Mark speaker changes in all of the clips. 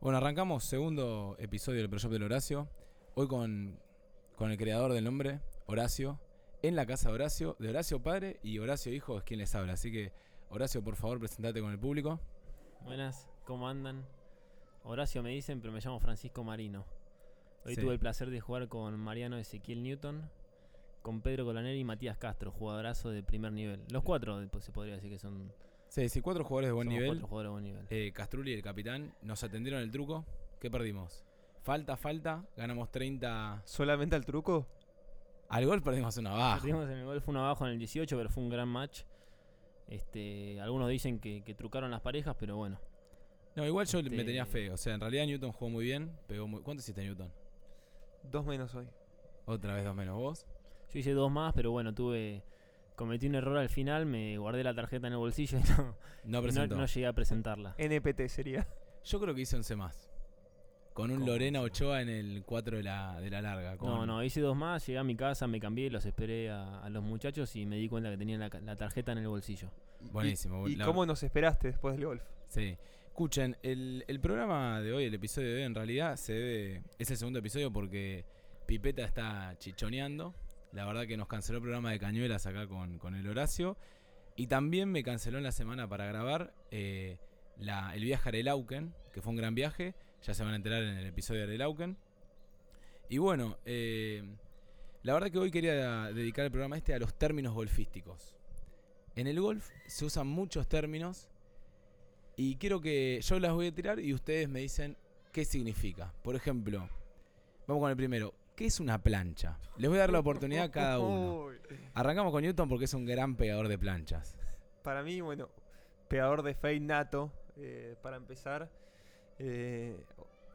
Speaker 1: Bueno, arrancamos segundo episodio del Proyecto del Horacio. Hoy con, con el creador del nombre, Horacio. En la casa de Horacio, de Horacio Padre y Horacio Hijo es quien les habla. Así que, Horacio, por favor, presentate con el público.
Speaker 2: Buenas, ¿cómo andan? Horacio me dicen, pero me llamo Francisco Marino. Hoy
Speaker 1: Sí.
Speaker 2: tuve el placer de jugar con Mariano Ezequiel Newton, con Pedro Colaneri y Matías Castro, jugadorazo de primer nivel. Los cuatro de- pues, se podría decir que son
Speaker 1: Sí, sí, cuatro jugadores de buen
Speaker 2: somos
Speaker 1: nivel.
Speaker 2: cuatro jugadores de buen nivel.
Speaker 1: Eh, Castrulli, el capitán, nos atendieron el truco. ¿Qué perdimos? Falta, falta. Ganamos 30.
Speaker 3: ¿Solamente al truco?
Speaker 1: Al gol perdimos una baja.
Speaker 2: Perdimos en el gol, fue un abajo en el 18, pero fue un gran match. Este, algunos dicen que, que trucaron las parejas, pero bueno.
Speaker 1: No, igual yo me
Speaker 2: Este-
Speaker 1: tenía fe. O sea, en realidad Newton jugó muy bien. Pegó muy... ¿Cuánto hiciste Newton?
Speaker 3: Dos menos hoy.
Speaker 1: Otra vez dos menos vos.
Speaker 2: Yo hice dos más, pero bueno, tuve cometí un error al final, me guardé la tarjeta en el bolsillo y no,
Speaker 1: No
Speaker 2: no,
Speaker 1: presentó.
Speaker 2: no llegué a presentarla.
Speaker 3: NPT sería.
Speaker 1: Yo creo que hice 11 más. Con un
Speaker 2: ¿Cómo
Speaker 1: Lorena
Speaker 2: once más?
Speaker 1: Ochoa en el 4 de la, de la larga. con-
Speaker 2: No, no, hice dos más, llegué a mi casa, me cambié, los esperé a, a los muchachos y me di cuenta que tenían la, ca- la tarjeta en el bolsillo.
Speaker 1: Buenísimo.
Speaker 3: ¿Y, y
Speaker 1: la-
Speaker 3: cómo nos esperaste después del golf?
Speaker 1: Sí. Escuchen, el, el programa de hoy, el episodio de hoy, en realidad se debe. Es el segundo episodio porque Pipeta está chichoneando. La verdad que nos canceló el programa de cañuelas acá con, con el Horacio. Y también me canceló en la semana para grabar eh, la- el viaje a Arelauken, que fue un gran viaje. Ya se van a enterar en el episodio de Arelauken. Y bueno, eh, la verdad que hoy quería dedicar el programa este a los términos golfísticos. En el golf se usan muchos términos y quiero que yo las voy a tirar y ustedes me dicen qué significa. Por ejemplo, vamos con el primero. ¿Qué es una plancha? Les voy a dar la oportunidad a cada uno.
Speaker 3: Uy.
Speaker 1: Arrancamos con Newton porque es un gran pegador de planchas.
Speaker 3: Para mí, bueno, pegador de fade nato, eh, para empezar. Eh,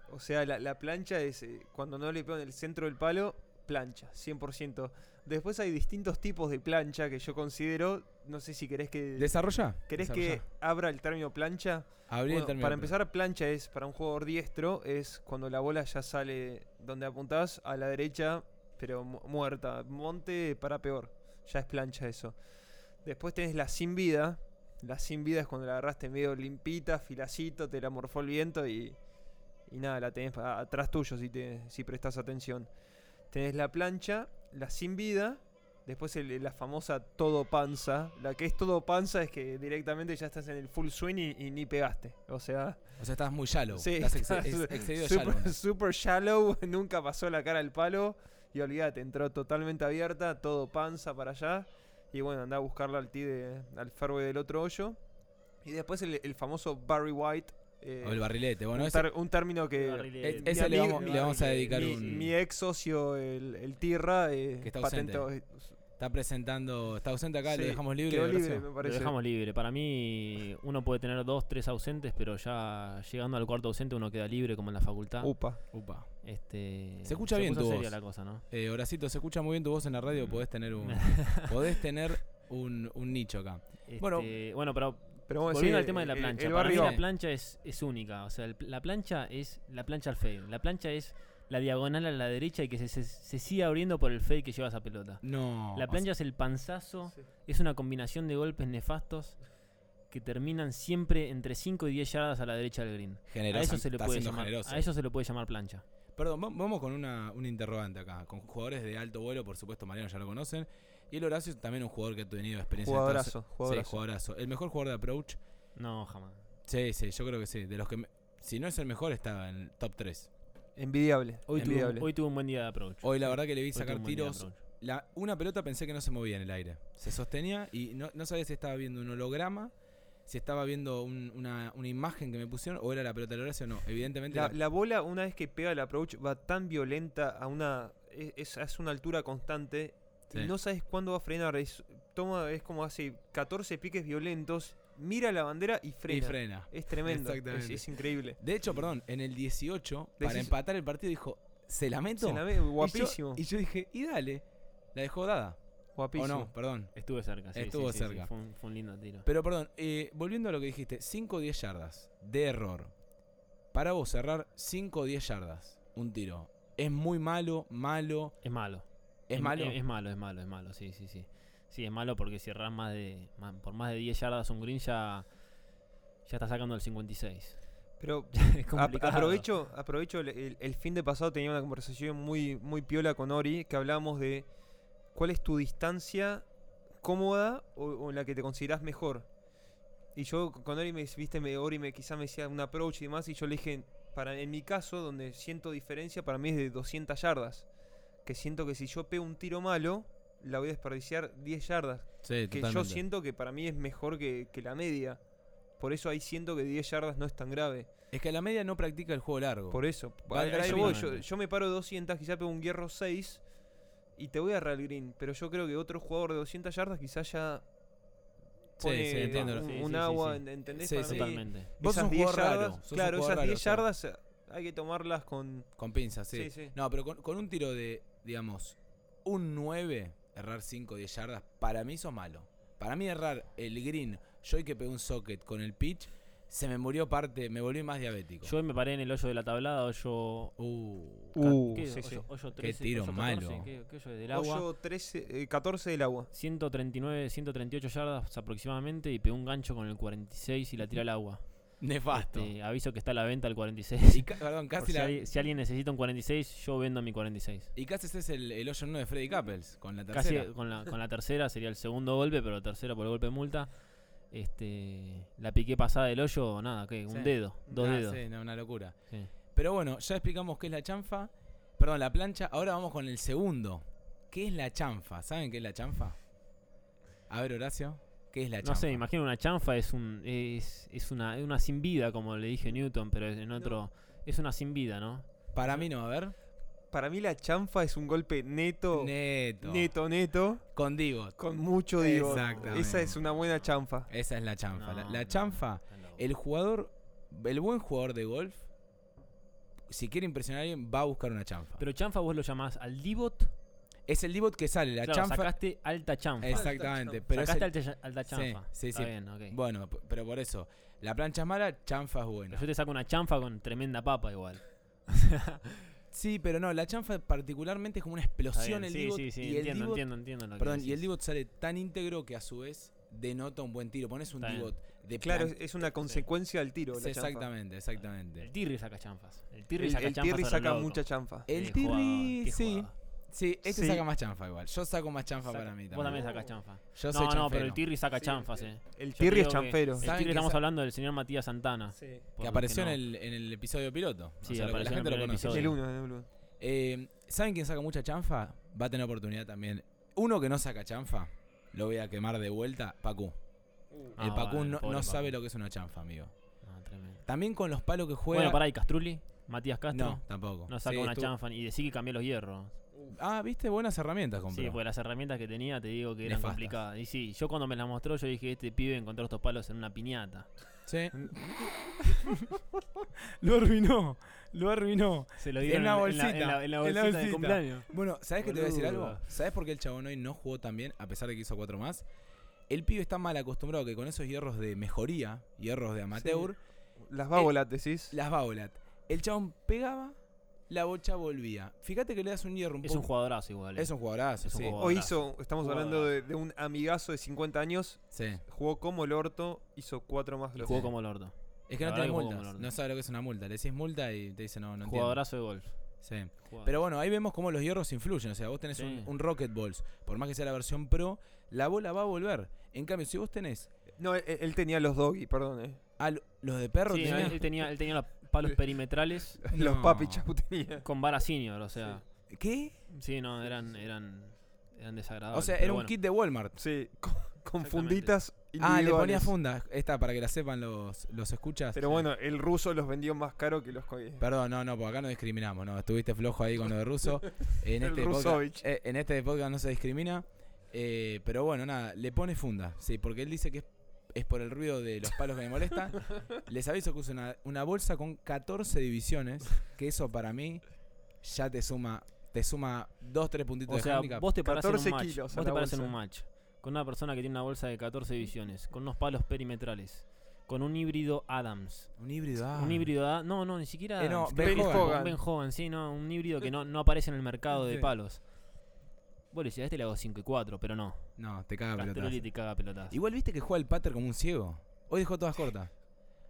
Speaker 3: o- o sea, la, la plancha es eh, cuando no le pego en el centro del palo, plancha, 100%. Después hay distintos tipos de plancha que yo considero, no sé si querés que...
Speaker 1: Desarrolla.
Speaker 3: ¿Querés
Speaker 1: desarrolla.
Speaker 3: que abra el término plancha?
Speaker 1: Abrí el
Speaker 3: Bueno,
Speaker 1: término.
Speaker 3: para empezar, plancha es, para un jugador diestro, es cuando la bola ya sale donde apuntás, a la derecha, pero mu- muerta. Monte para peor. Ya es plancha eso. Después tenés la sin vida. La sin vida es cuando la agarraste medio limpita, filacito, te la morfó el viento y, y nada, la tenés pa- atrás tuyo si, te, si prestás atención. Tenés la plancha, la sin vida. Después el- la famosa todo panza. La que es todo panza es que directamente ya estás en el full swing y, y ni pegaste. O sea,
Speaker 1: O sea, estás muy shallow.
Speaker 3: Sí, pues,
Speaker 1: estás ex-
Speaker 3: estás
Speaker 1: ex- excedido de
Speaker 3: super,
Speaker 1: shallow.
Speaker 3: super shallow, nunca pasó la cara al palo. Y olvídate, entró totalmente abierta, todo panza para allá. Y bueno, anda a buscarla al tee de- al fairway del otro hoyo. Y después el, el famoso Barry White. eh,
Speaker 1: O Ah, el barrilete. Bueno,
Speaker 3: un,
Speaker 1: ese-
Speaker 3: tar- un término que.
Speaker 1: e-
Speaker 3: mi
Speaker 1: ese le
Speaker 3: amigo-
Speaker 1: vamos,
Speaker 3: mi-
Speaker 1: le vamos a dedicar
Speaker 3: mi,
Speaker 1: un.
Speaker 3: mi ex socio, el, el Tirra, eh,
Speaker 1: Que está
Speaker 3: patentó-
Speaker 1: Está presentando. Está ausente acá,
Speaker 3: Sí,
Speaker 1: le dejamos libre.
Speaker 3: quedó
Speaker 1: Horacio.
Speaker 3: libre, me
Speaker 2: Lo
Speaker 3: parece.
Speaker 2: dejamos libre. Para mí, uno puede tener dos, tres ausentes, pero ya llegando al cuarto ausente uno queda libre como en la facultad.
Speaker 3: Upa.
Speaker 1: Upa.
Speaker 2: Este,
Speaker 1: Se escucha bien
Speaker 2: puso
Speaker 1: tu
Speaker 2: seria
Speaker 1: voz.
Speaker 2: la cosa, ¿no?
Speaker 1: Eh, Horacito, se escucha muy bien tu voz en la radio. Podés tener un. podés tener un, un nicho acá. Bueno.
Speaker 2: Este, bueno, pero
Speaker 3: Pero vamos a
Speaker 2: volviendo
Speaker 3: decir,
Speaker 2: al tema de la
Speaker 3: el-
Speaker 2: plancha.
Speaker 3: El,
Speaker 2: para mí
Speaker 3: barrio
Speaker 2: la plancha es, es única. O sea, el- la plancha es la plancha al fade. La plancha es la diagonal a la derecha y que se, se, se sigue abriendo por el fade que lleva esa pelota.
Speaker 1: No.
Speaker 2: La
Speaker 1: o
Speaker 2: plancha es el panzazo.
Speaker 3: Sí.
Speaker 2: Es una combinación de golpes nefastos que terminan siempre entre 5 y 10 yardas a la derecha del green.
Speaker 1: sea,
Speaker 2: A
Speaker 1: generosa-
Speaker 2: eso se le
Speaker 1: está
Speaker 2: puede
Speaker 1: siendo
Speaker 2: llamar,
Speaker 1: generoso.
Speaker 2: a eso se le puede llamar plancha.
Speaker 1: Perdón, va- vamos con una, un interrogante acá. Con jugadores de alto vuelo, por supuesto, Mariano ya lo conocen. Y el Horacio es también un jugador que ha tenido experiencia. en Estados-
Speaker 3: Jugadorazo, jugadorazo.
Speaker 1: Sí, jugadorazo. El mejor jugador de approach.
Speaker 2: No, jamás.
Speaker 1: Sí, sí, yo creo que sí. De los que. me- si no es el mejor, está en el top 3.
Speaker 3: Envidiable.
Speaker 2: Hoy tuve, un,
Speaker 3: envidiable.
Speaker 2: hoy tuve un buen día de approach.
Speaker 1: Hoy la verdad que le vi
Speaker 2: Hoy tuve
Speaker 1: sacar
Speaker 2: un buen día de
Speaker 1: tiros.
Speaker 2: approach.
Speaker 1: La, una pelota pensé que no se movía en el aire. Se sostenía y no, no sabía si estaba viendo un holograma, si estaba viendo un- una, una imagen que me pusieron o era la pelota de Horacio o no. Evidentemente.
Speaker 3: La,
Speaker 1: la-
Speaker 3: la bola, una vez que pega el approach, va tan violenta a una. e- Es, es una altura constante.
Speaker 1: Sí.
Speaker 3: Y no sabes cuándo va a frenar. Es, toma, es como hace 14 piques violentos. Mira la bandera y frena.
Speaker 1: y frena.
Speaker 3: Es tremendo. es- Es,
Speaker 1: Exactamente.
Speaker 3: increíble.
Speaker 1: De hecho, perdón, en el 18, para
Speaker 3: Decís-
Speaker 1: empatar el partido, dijo: ¿Se la meto?
Speaker 3: Se la ve guapísimo.
Speaker 1: Y yo, y yo dije: Y dale. La dejó dada. O
Speaker 3: guapísimo.
Speaker 1: no, perdón.
Speaker 2: Estuve cerca, sí, sí,
Speaker 1: Estuvo
Speaker 2: sí, sí,
Speaker 1: cerca.
Speaker 2: fue, un, fue un lindo tiro.
Speaker 1: Pero perdón, eh, volviendo a lo que dijiste: 5 o 10 yardas de error. Para vos, cerrar 5 o 10 yardas un tiro. Es muy malo, malo.
Speaker 2: Es malo.
Speaker 1: ¿Es eh, malo?
Speaker 2: Es, malo, es malo, es malo, sí, sí, sí. Sí, es malo porque si erras más de, ma- por más de 10 yardas un green ya, ya está sacando el 56.
Speaker 3: Pero
Speaker 2: es
Speaker 3: a-
Speaker 2: complicado.
Speaker 3: aprovecho, aprovecho el, el- el fin de pasado tenía una conversación muy, muy piola con Ori que hablábamos de cuál es tu distancia cómoda o, o la que te considerás mejor. Y yo c- con Ori me viste, me, Ori me quizá me decía un approach y demás, y yo le dije, para, en mi caso, donde siento diferencia, para mí es de 200 yardas. Que siento que si yo pego un tiro malo, la voy a desperdiciar 10 yardas.
Speaker 1: Sí,
Speaker 3: que yo
Speaker 1: totalmente.
Speaker 3: siento que para mí es mejor que, que la media. Por eso ahí siento que 10 yardas no es tan grave.
Speaker 1: Es que a la media no practica el juego largo.
Speaker 3: Por eso.
Speaker 1: Va-
Speaker 3: a- a
Speaker 1: ahí
Speaker 3: eso voy,
Speaker 1: viene.
Speaker 3: Yo, yo me paro 200, quizá pego un hierro 6 y te voy a Real Green. Pero yo creo que otro jugador de 200 yardas quizás ya
Speaker 1: Sí,
Speaker 3: pone
Speaker 1: sí, entiendo.
Speaker 3: un,
Speaker 2: Sí, sí,
Speaker 3: un
Speaker 2: sí,
Speaker 3: agua,
Speaker 2: sí.
Speaker 3: en- ¿entendés?
Speaker 1: Sí,
Speaker 3: Para
Speaker 1: sí.
Speaker 3: mí,
Speaker 2: Totalmente.
Speaker 1: Vos
Speaker 3: esas
Speaker 1: sos un
Speaker 3: 10
Speaker 1: jugador raro,
Speaker 3: yardas-
Speaker 1: sos un
Speaker 3: Claro,
Speaker 1: jugador
Speaker 3: esas
Speaker 1: raro,
Speaker 3: 10
Speaker 1: sí.
Speaker 3: yardas eh, hay que tomarlas con...
Speaker 1: Con pinzas, sí.
Speaker 3: Sí, sí.
Speaker 1: No, pero con, con un tiro de, digamos, un 9, errar 5 o 10 yardas, para mí eso es malo. Para mí errar el green, yo hoy que pegué un socket con el pitch, se me murió parte, me volví más diabético.
Speaker 2: Yo hoy me paré en el hoyo de la tablada, hoyo.
Speaker 1: Uh,
Speaker 3: Uh,
Speaker 2: ¿qué?
Speaker 3: sí,
Speaker 2: hoyo,
Speaker 3: sí.
Speaker 2: hoyo 13,
Speaker 1: tiro
Speaker 2: hoyo
Speaker 1: malo.
Speaker 2: 14, ¿qué, qué hoyo del agua?
Speaker 3: Hoyo 13, eh, 14 del agua.
Speaker 2: 139, 138 yardas aproximadamente y pegó un gancho con el 46 y la tiré al agua.
Speaker 1: nefasto.
Speaker 2: Este, aviso que está a la venta el
Speaker 1: Y
Speaker 2: 46.
Speaker 1: ca- perdón,
Speaker 2: este, Por
Speaker 1: casi
Speaker 2: si,
Speaker 1: la-
Speaker 2: alguien- si alguien necesita un 46, yo vendo mi 46.
Speaker 1: Y casi ese es el, el hoyo 9 de Freddy Couples, con la
Speaker 2: Casi
Speaker 1: tercera.
Speaker 2: con la, con la tercera sería el segundo golpe, pero la tercera por el golpe de multa. Este, la piqué pasada del hoyo, nada, ¿qué? Un
Speaker 1: Sí.
Speaker 2: dedo, dos
Speaker 1: Ah,
Speaker 2: dedos.
Speaker 1: sí, no, una locura.
Speaker 2: Sí.
Speaker 1: Pero bueno, ya explicamos qué es la chanfa. Perdón, la plancha. Ahora vamos con el segundo. ¿Qué es la chanfa? ¿Saben qué es la chanfa? A ver, Horacio. ¿Qué es la chanfa?
Speaker 2: No sé, me imagino una chanfa es un es, es una es una sin vida, como le dije Newton, pero es en otro es una sin vida, ¿no?
Speaker 1: Para mí no, a ver.
Speaker 3: Para mí la chanfa es un golpe neto,
Speaker 1: Neto.
Speaker 3: Oh, neto, neto,
Speaker 1: Con Digot.
Speaker 3: con mucho digo.
Speaker 1: Exactamente.
Speaker 3: Esa es una buena chanfa.
Speaker 1: Esa es la chanfa. la,
Speaker 2: No,
Speaker 1: la
Speaker 2: no,
Speaker 1: chanfa,
Speaker 2: está loco.
Speaker 1: el jugador, el buen jugador de golf, si quiere impresionar a alguien, va a buscar una chanfa.
Speaker 2: Pero chanfa vos lo llamás al divot.
Speaker 1: es el divot que sale, la
Speaker 2: claro,
Speaker 1: chanfa.
Speaker 2: sacaste alta chanfa.
Speaker 1: Exactamente. Pero es
Speaker 2: sacaste
Speaker 1: el-
Speaker 2: alta, alta
Speaker 1: Sí,
Speaker 2: chanfa.
Speaker 1: sí,
Speaker 2: Está
Speaker 1: sí.
Speaker 2: bien, ok.
Speaker 1: Bueno, p- pero por eso, la plancha es mala, chanfa es buena.
Speaker 2: Pero Yo te saco una chanfa con tremenda papa igual.
Speaker 1: Sí, pero no, la chanfa particularmente es como una explosión
Speaker 2: Está bien,
Speaker 1: el
Speaker 2: sí,
Speaker 1: divot.
Speaker 2: sí, sí,
Speaker 1: y el
Speaker 2: entiendo,
Speaker 1: divot-
Speaker 2: entiendo, entiendo lo que
Speaker 1: Perdón, y
Speaker 2: decís.
Speaker 1: el divot sale tan íntegro que a su vez denota un buen tiro. Pones un
Speaker 2: Está bien.
Speaker 1: divot de
Speaker 3: Claro,
Speaker 1: plan-
Speaker 3: es- es una consecuencia del tiro.
Speaker 1: Sí,
Speaker 3: La chanfa.
Speaker 1: exactamente,
Speaker 2: El
Speaker 1: exactamente.
Speaker 2: Tirri saca chanfas. El Tirri
Speaker 3: El,
Speaker 2: saca
Speaker 3: el
Speaker 2: chanfas.
Speaker 3: Tirri
Speaker 2: a lo
Speaker 3: saca
Speaker 2: loco. Eh,
Speaker 3: mucha chanfa.
Speaker 1: El
Speaker 2: Qué
Speaker 1: Tirri,
Speaker 2: jugada, qué
Speaker 1: sí.
Speaker 2: jugada.
Speaker 1: Sí, este
Speaker 3: Sí.
Speaker 1: saca más chanfa igual. Yo saco más chanfa
Speaker 2: Saca-
Speaker 1: para mí también.
Speaker 2: Vos también sacas chanfa.
Speaker 1: Yo soy
Speaker 2: no, no, pero
Speaker 1: chanfero.
Speaker 2: el Tirri saca
Speaker 3: Sí,
Speaker 2: chanfas,
Speaker 3: el-
Speaker 2: eh.
Speaker 3: El
Speaker 2: Yo
Speaker 3: Tirri es
Speaker 2: creo que
Speaker 3: chanfero.
Speaker 2: El
Speaker 1: ¿Saben
Speaker 2: Tirri
Speaker 1: que
Speaker 2: estamos
Speaker 1: sa-
Speaker 2: hablando del señor Matías Santana.
Speaker 3: Sí.
Speaker 2: por
Speaker 1: Que
Speaker 2: los
Speaker 1: apareció
Speaker 2: no-
Speaker 1: en, el, en el episodio piloto.
Speaker 2: Sí,
Speaker 1: O sea, lo- la
Speaker 2: apareció
Speaker 1: gente
Speaker 2: en el
Speaker 1: lo
Speaker 2: primer
Speaker 1: conoce.
Speaker 2: episodio.
Speaker 3: El uno, el uno.
Speaker 1: Eh, ¿Saben quién saca mucha chanfa? Va a tener oportunidad también. Uno que no saca chanfa, lo voy a quemar de vuelta, Pacú.
Speaker 2: Ah,
Speaker 1: el Pacú
Speaker 2: vale,
Speaker 1: no,
Speaker 2: pobre
Speaker 1: no
Speaker 2: Pacú.
Speaker 1: sabe lo que es una chanfa, amigo.
Speaker 2: Ah, tremendo.
Speaker 1: También con los palos que juega.
Speaker 2: Bueno, pará, y Castrulli, Matías Castro.
Speaker 1: No, tampoco.
Speaker 2: No saca
Speaker 1: Sí,
Speaker 2: una
Speaker 1: estuvo-
Speaker 2: chanfa y decí que cambié los hierros.
Speaker 1: Ah, viste, buenas herramientas compró.
Speaker 2: Sí, porque las herramientas que tenía te digo que eran
Speaker 1: Nefastas.
Speaker 2: complicadas. Y sí, yo cuando me las mostró, yo dije: Este pibe encontró estos palos en una piñata.
Speaker 1: Sí. lo arruinó, lo arruinó.
Speaker 2: Se lo
Speaker 1: En
Speaker 2: dieron
Speaker 1: la
Speaker 2: la- En la,
Speaker 1: bolsita,
Speaker 2: en la
Speaker 1: en la
Speaker 2: bolsita de
Speaker 1: bolsita.
Speaker 2: cumpleaños.
Speaker 1: Bueno, ¿sabes que te voy a decir
Speaker 2: Boludo.
Speaker 1: algo? ¿Sabes por qué el chabón hoy no jugó tan bien, a pesar de que hizo cuatro más? El pibe está mal acostumbrado que con esos hierros de mejoría, hierros de amateur, Eh,
Speaker 3: Las bábolas, decís.
Speaker 1: las baulat. El chabón pegaba, la bocha volvía. Fíjate que le das un hierro un
Speaker 2: Es un
Speaker 1: poco.
Speaker 2: jugadorazo igual. eh.
Speaker 1: Es un jugadorazo,
Speaker 2: Es un
Speaker 1: sí.
Speaker 2: jugador.
Speaker 3: Hoy
Speaker 2: Jugadorazo.
Speaker 3: hizo, estamos hablando de, de un amigazo de 50 años,
Speaker 1: Sí.
Speaker 3: jugó como el orto, hizo cuatro más
Speaker 2: Y
Speaker 3: los
Speaker 2: jugó como el orto.
Speaker 1: Es que
Speaker 2: La
Speaker 1: no
Speaker 2: verdad
Speaker 1: tiene
Speaker 2: que jugó como
Speaker 1: multas.
Speaker 2: el orto.
Speaker 1: No sabe lo que es una multa. Le decís multa y te dice no, no entiendo.
Speaker 2: Jugadorazo de golf.
Speaker 1: Sí.
Speaker 2: Jugadorazo.
Speaker 1: Pero bueno, ahí vemos cómo los hierros influyen. O sea, vos tenés un,
Speaker 2: Sí.
Speaker 1: un Rocket Balls. Por más que sea la versión pro, la bola va a volver. En cambio, si vos tenés
Speaker 3: No, él, él tenía los doggy, perdón. eh.
Speaker 1: a lo- los de perro,
Speaker 2: Sí,
Speaker 1: tenía-
Speaker 2: él, él tenía, él tenía los palos perimetrales
Speaker 3: Los
Speaker 1: No.
Speaker 3: papi chapu tenía.
Speaker 2: con vara senior, o sea.
Speaker 1: ¿qué?
Speaker 2: Este, Sí, no, eran, eran, eran desagradables.
Speaker 1: O sea,
Speaker 2: Ah, pero
Speaker 1: era un
Speaker 2: bueno.
Speaker 1: kit de Walmart.
Speaker 3: Sí, con, con
Speaker 2: Exactamente.
Speaker 3: funditas
Speaker 1: Ah, le ponía
Speaker 3: individuales.
Speaker 1: funda. Esta, para que la sepan los, los escuchas.
Speaker 3: Pero bueno, el ruso los vendió más caro que los co- eh.
Speaker 1: Perdón, no, no, porque acá no discriminamos, no, estuviste flojo ahí con lo de ruso. En
Speaker 3: El
Speaker 1: este,
Speaker 3: Rusovich.
Speaker 1: podcast, eh, en este podcast no se discrimina. eh, pero bueno, nada, le pone funda, sí, porque él dice que es, es por el ruido de los palos que me molesta. Les aviso que usa una, una bolsa con 14 divisiones, que eso para mí ya te suma, te suma 2, 3 puntitos
Speaker 2: O
Speaker 1: de
Speaker 2: sea,
Speaker 1: handicap.
Speaker 2: vos te parás en un
Speaker 3: 14
Speaker 2: match.
Speaker 3: kilos a
Speaker 2: Vos te
Speaker 3: la
Speaker 2: parás en
Speaker 3: bolsa.
Speaker 2: un match con una persona que tiene una bolsa de 14 divisiones, con unos palos perimetrales, con un híbrido Adams.
Speaker 1: Un híbrido, ah.
Speaker 2: Un híbrido Adams. No, no, ni siquiera.
Speaker 1: Eh, no,
Speaker 2: Adams,
Speaker 1: Ben
Speaker 2: creo que es
Speaker 1: Hogan.
Speaker 2: como un Ben Hogan, sí, no, un híbrido que no, no aparece en el mercado de
Speaker 1: Sí.
Speaker 2: palos. Vos le decís, a este le hago 5 y 4, pero no.
Speaker 1: No, te caga pelotazo.
Speaker 2: Castrolli te caga pelotas.
Speaker 1: Igual viste que juega el pater como un ciego. Hoy dejó todas cortas.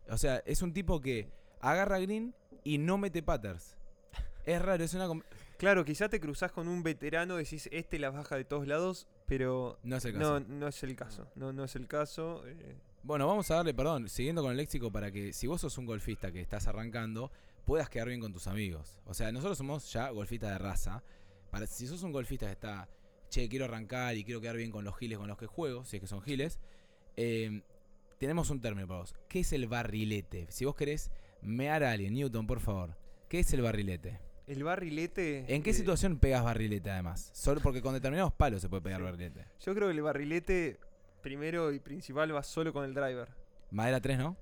Speaker 1: O sea, es un tipo que agarra green y no mete patters. Es raro, es una... com-
Speaker 3: Claro, quizá te cruzás con un veterano, decís, este la baja de todos lados, pero
Speaker 1: No es el caso.
Speaker 3: no, no es el caso. No, no es el caso. eh,
Speaker 1: Bueno, vamos a darle, perdón, siguiendo con el léxico para que si vos sos un golfista que estás arrancando, puedas quedar bien con tus amigos. O sea, nosotros somos ya golfistas de raza. Para, si sos un golfista que está, che, quiero arrancar y quiero quedar bien con los giles con los que juego, si es que son giles, eh, tenemos un término para vos. ¿Qué es el barrilete? Si vos querés mear a alguien, Newton, por favor. ¿Qué es el barrilete?
Speaker 3: el barrilete.
Speaker 1: ¿En qué
Speaker 3: eh,
Speaker 1: situación pegas barrilete además? Solo porque con determinados palos se puede pegar
Speaker 3: Sí.
Speaker 1: barrilete.
Speaker 3: Yo creo que el barrilete, primero y principal, va solo con el driver.
Speaker 1: Madera 3, ¿no?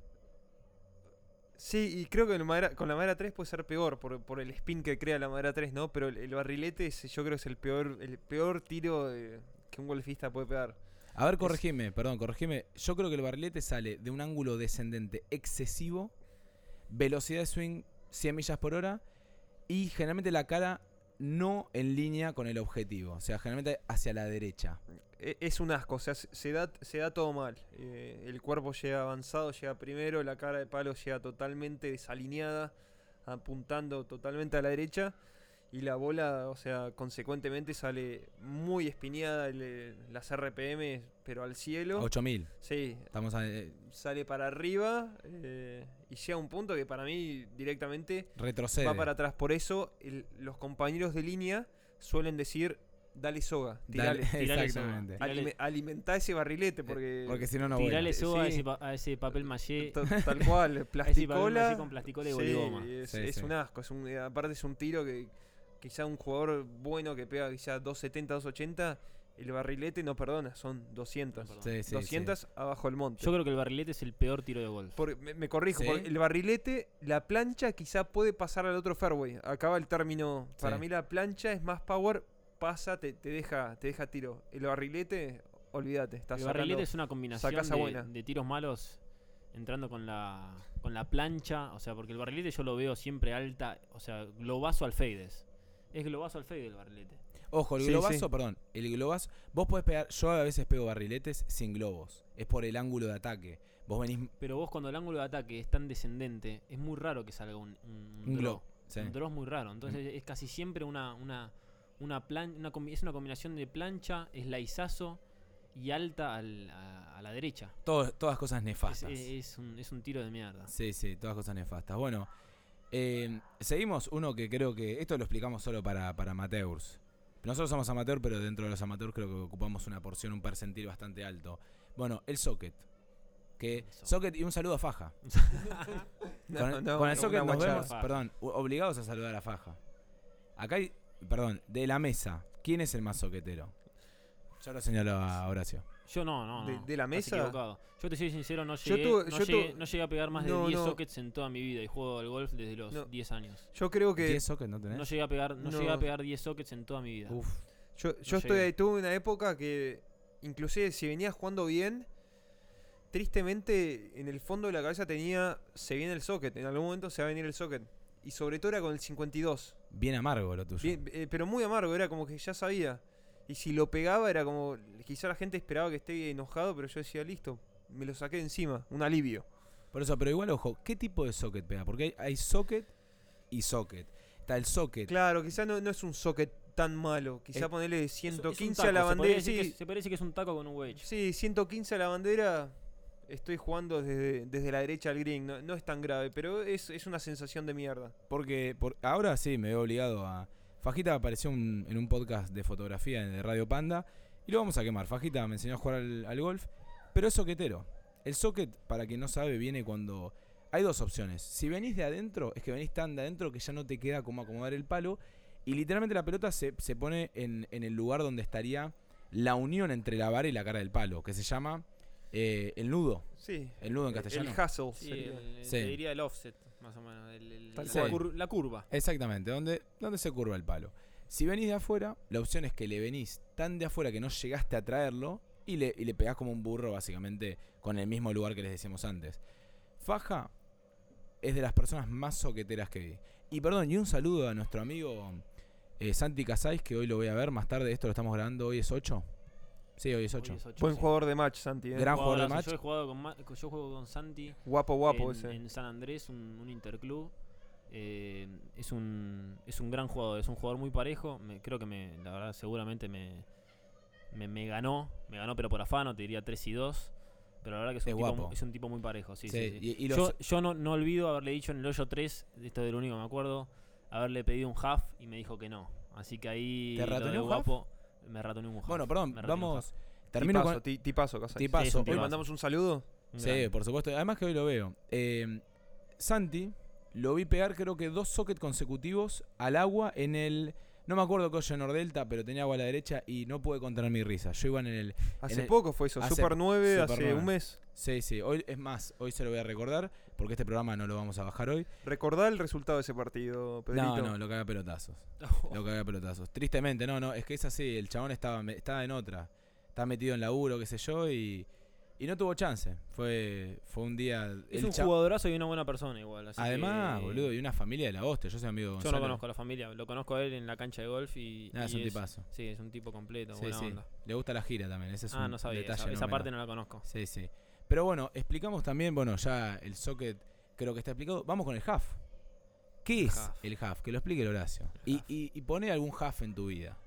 Speaker 3: Sí, y creo que el madera- con la madera 3 puede ser peor por, por el spin que crea la madera 3, ¿no? Pero el, el barrilete es- yo creo que es el peor, el peor tiro eh, que un golfista puede pegar.
Speaker 1: A ver, corregime, perdón, corregime. Yo creo que el barrilete sale de un ángulo descendente excesivo, velocidad de swing 100 millas por hora y generalmente la cara no en línea con el objetivo, o sea, generalmente hacia la derecha.
Speaker 3: E- Es un asco, o sea, se- se da, se da todo mal. Eh, el cuerpo llega avanzado, llega primero, la cara de palo llega totalmente desalineada, apuntando totalmente a la derecha. Y la bola, o sea, consecuentemente sale muy espineada, el- las RPM, pero al cielo.
Speaker 1: 8000,
Speaker 3: Sí,
Speaker 1: estamos a- eh,
Speaker 3: sale para arriba eh, y llega a un punto que para mí directamente
Speaker 1: retrocede.
Speaker 3: va para atrás. Por eso el- los compañeros de línea suelen decir, dale soga,
Speaker 1: Dale-
Speaker 3: tirale.
Speaker 2: tirale esa
Speaker 1: exactamente.
Speaker 2: mano.
Speaker 3: Alime- alimentá ese barrilete porque,
Speaker 1: Eh, Porque si no, no
Speaker 2: Tirale
Speaker 1: vuela.
Speaker 3: Sí.
Speaker 2: soga a, ese pa- a ese papel maché.
Speaker 3: ta- tal cual,
Speaker 2: A ese papel
Speaker 3: plasticola.
Speaker 2: maché con plasticola y
Speaker 3: Sí,
Speaker 2: boligoma.
Speaker 3: es,
Speaker 1: Sí,
Speaker 3: es
Speaker 1: sí.
Speaker 3: un asco, es un- eh, aparte es un tiro que quizá un jugador bueno que pega quizá 270, 280, el barrilete no perdona, son 200.
Speaker 2: No, perdón.
Speaker 1: Sí, sí, sí.
Speaker 3: 200 abajo del monte.
Speaker 2: Yo creo que el barrilete es el peor tiro de golf.
Speaker 3: Por- me, me corrijo,
Speaker 1: ¿Sí?
Speaker 3: porque el barrilete, la plancha quizá puede pasar al otro fairway. Acaba el término. Para
Speaker 1: Sí.
Speaker 3: mí la plancha es más power, pasa, te, te deja, te deja tiro. El barrilete, olvídate, estás
Speaker 2: El barrilete
Speaker 3: sacando-
Speaker 2: es una combinación
Speaker 3: sacás a
Speaker 2: de,
Speaker 3: buena.
Speaker 2: de tiros malos entrando con la, con la plancha. O sea, porque el barrilete yo lo veo siempre alta. O sea, globazo al fades. Es globazo al fade el barrilete.
Speaker 1: Ojo, el
Speaker 3: Sí,
Speaker 1: globazo,
Speaker 3: sí.
Speaker 1: perdón, el globazo, vos podés pegar, yo a veces pego barriletes sin globos, es por el ángulo de ataque. Vos venís
Speaker 2: Pero vos cuando el ángulo de ataque es tan descendente, es muy raro que salga un, un,
Speaker 1: un
Speaker 2: draw.
Speaker 1: globo. sí.
Speaker 2: Un draw es muy raro. Entonces es casi siempre una, una, una, plan, una combi- es una combinación de plancha, izazo y alta al- a, a la derecha.
Speaker 1: Todo- todas cosas
Speaker 2: Es,
Speaker 1: nefastas.
Speaker 2: es- es un, es un tiro de mierda.
Speaker 1: Sí, sí, todas cosas nefastas. Bueno, eh, seguimos uno que creo que. Esto lo explicamos solo para, para amateurs. Nosotros somos amateurs, pero dentro de los amateurs creo que ocupamos una porción, un percentil bastante alto. Bueno, el socket. Que,
Speaker 2: El socket.
Speaker 1: socket y un saludo a Faja. con el, con el
Speaker 3: una
Speaker 1: socket nos
Speaker 3: guachada.
Speaker 1: vemos,
Speaker 2: Faja.
Speaker 1: perdón, u- obligados a saludar a Faja. Acá hay, perdón, de la mesa, ¿quién es el más soquetero? Yo lo señalo a Horacio.
Speaker 2: Yo no, no.
Speaker 3: ¿De-
Speaker 2: no,
Speaker 3: de la
Speaker 2: estás
Speaker 3: mesa?
Speaker 2: equivocado. Yo te soy sincero, no
Speaker 3: Yo
Speaker 2: llegué,
Speaker 3: tuve-
Speaker 2: no,
Speaker 3: yo
Speaker 2: llegué,
Speaker 3: tuve-
Speaker 2: no llegué a pegar más
Speaker 3: No,
Speaker 2: de 10
Speaker 3: no.
Speaker 2: sockets en toda mi vida y juego al golf desde los
Speaker 3: No.
Speaker 2: 10 años.
Speaker 3: Yo creo que.
Speaker 1: 10 sockets no tenés? Uh.
Speaker 2: No llegué a pegar, no,
Speaker 3: No.
Speaker 2: llegué a pegar 10 sockets en toda mi vida.
Speaker 1: Uf.
Speaker 3: Yo, yo estoy
Speaker 2: llegué.
Speaker 3: ahí, tuve una época que inclusive si venía jugando bien, tristemente en el fondo de la cabeza tenía, se viene el socket, en algún momento se va a venir el socket. Y sobre todo era con el 52.
Speaker 1: Bien amargo
Speaker 2: Pues
Speaker 1: lo tuyo.
Speaker 3: Bien, eh, pero muy amargo, era como que ya sabía. Y si lo pegaba era como, quizá la gente esperaba que esté enojado, pero yo decía, listo, me lo saqué de encima, un alivio.
Speaker 1: Por eso, pero igual, ojo, ¿qué tipo de socket pega? Porque hay, hay socket y socket. Está el socket.
Speaker 3: Claro, quizá no, no es un socket tan malo, quizá
Speaker 1: Es-
Speaker 3: ponerle
Speaker 2: Es- es un
Speaker 3: 115 a
Speaker 2: taco,
Speaker 3: la
Speaker 2: se podría
Speaker 3: bandera.
Speaker 2: decir que
Speaker 3: sí.
Speaker 2: es- Se parece que es un taco con un wedge.
Speaker 3: Sí, 115 a la bandera. Estoy jugando desde, desde la derecha al green. No, no es tan grave, pero es, es una sensación de mierda.
Speaker 1: Porque por, ahora sí, me veo obligado a. Fajita apareció un- en un podcast de fotografía de Radio Panda. Y lo vamos a quemar. Fajita me enseñó a jugar al, al golf. Pero es soquetero. El socket, para quien no sabe, viene cuando. Hay dos opciones. Si venís de adentro, es que venís tan de adentro que ya no te queda como acomodar el palo. Y literalmente la pelota se, se pone en, en el lugar donde estaría la unión entre la vara y la cara del palo, que se llama eh, el nudo.
Speaker 3: Sí.
Speaker 1: El nudo en
Speaker 3: El
Speaker 1: castellano.
Speaker 3: hustle.
Speaker 2: Sí,
Speaker 3: sería.
Speaker 2: el-
Speaker 1: Sí.
Speaker 2: te diría el offset, más o menos. el- el-
Speaker 3: Tal
Speaker 2: la,
Speaker 1: cual.
Speaker 2: cur- la curva.
Speaker 1: Exactamente, donde, donde se curva el palo. Si venís de afuera, la opción es que le venís tan de afuera que no llegaste a traerlo y le, y le pegás como un burro, básicamente, con el mismo lugar que les decíamos antes. Faja es de las personas más soqueteras que vi. Y perdón, y un saludo a nuestro amigo eh, Santi Casais, que hoy lo voy a ver más tarde. Esto lo estamos grabando, hoy es 8. Sí, hoy es
Speaker 2: Hoy
Speaker 1: 8.
Speaker 2: es ocho,
Speaker 3: Buen
Speaker 2: sí.
Speaker 3: jugador de match, Santi. ¿eh?
Speaker 1: Gran jugador de
Speaker 2: Jugadorazo. Yo,
Speaker 1: match.
Speaker 2: he jugado con, Ma- yo juego con Santi
Speaker 3: Guapo, guapo
Speaker 2: en,
Speaker 3: ese.
Speaker 2: en San Andrés, un, un interclub. Eh, es, un, es un gran jugador, es un jugador muy parejo. me- creo que me, la verdad, seguramente me, me, me ganó. Me ganó, pero por afano, te diría 3 y 2. Pero la verdad que es un,
Speaker 1: Es
Speaker 2: tipo,
Speaker 1: guapo.
Speaker 2: es un tipo muy parejo. Sí,
Speaker 1: Sí,
Speaker 2: sí, sí.
Speaker 1: Y, y los-
Speaker 2: Yo, yo no, no olvido haberle dicho en el hoyo 3, esto es lo único que me acuerdo, haberle pedido un half y me dijo que no. Así que ahí
Speaker 1: ¿Te
Speaker 2: lo
Speaker 1: ratoneó
Speaker 2: de
Speaker 1: un half?
Speaker 2: guapo me ratoneó un half.
Speaker 1: bueno, perdón,
Speaker 2: me ratoneó un
Speaker 1: vamos. Termino
Speaker 3: tipazo,
Speaker 1: con.
Speaker 3: ti- tipazo, Casais.
Speaker 1: Tipazo.
Speaker 2: Sí, es un
Speaker 3: Hoy
Speaker 2: tipazo.
Speaker 3: mandamos un saludo.
Speaker 2: half. Un
Speaker 1: Sí,
Speaker 2: grande.
Speaker 1: por supuesto. Además que hoy lo veo. Eh, Santi lo vi pegar creo que dos sockets consecutivos al agua en el... No me acuerdo qué hoyo en Nordelta, pero tenía agua a la derecha y no pude contener mi risa. Yo iba en el...
Speaker 3: Hace
Speaker 1: En el-
Speaker 3: poco fue eso.
Speaker 1: hace-
Speaker 3: Super 9,
Speaker 1: Super
Speaker 3: hace
Speaker 1: 9.
Speaker 3: un mes.
Speaker 1: Sí, sí. Hoy, es más, hoy se lo voy a recordar porque este programa no lo vamos a bajar hoy.
Speaker 3: Recordá el resultado de ese partido, Pedrito.
Speaker 1: No, no, lo caga a pelotazos. Lo caga a pelotazos. Tristemente, no, no. Es que es así. El chabón estaba, me- estaba en otra. Estaba metido en laburo, qué sé yo, y... Y no tuvo chance. Fue, fue un día...
Speaker 2: Es
Speaker 1: el
Speaker 2: un
Speaker 1: cha-
Speaker 2: jugadorazo y una buena persona igual. así
Speaker 1: Además,
Speaker 2: que-
Speaker 1: boludo, y una familia de la hostia. Yo soy amigo de
Speaker 2: Yo
Speaker 1: Gonzalo.
Speaker 2: no conozco a la familia, lo conozco a él en la cancha de golf y.
Speaker 1: Ah, es
Speaker 2: y
Speaker 1: un tipazo.
Speaker 2: Sí, es un tipo completo,
Speaker 1: Sí,
Speaker 2: buena
Speaker 1: sí.
Speaker 2: onda.
Speaker 1: Le gusta la gira también, ese es
Speaker 2: Ah,
Speaker 1: un
Speaker 2: no sabía,
Speaker 1: detalle
Speaker 2: esa, esa
Speaker 1: menor.
Speaker 2: parte no la conozco.
Speaker 1: Sí, sí. Pero bueno, explicamos también, bueno, ya el socket creo que está explicado. Vamos con el half. ¿Qué
Speaker 2: El
Speaker 1: es
Speaker 2: half.
Speaker 1: el half? Que lo explique el Horacio. Y,
Speaker 2: El half.
Speaker 1: y, y pone algún half en tu vida.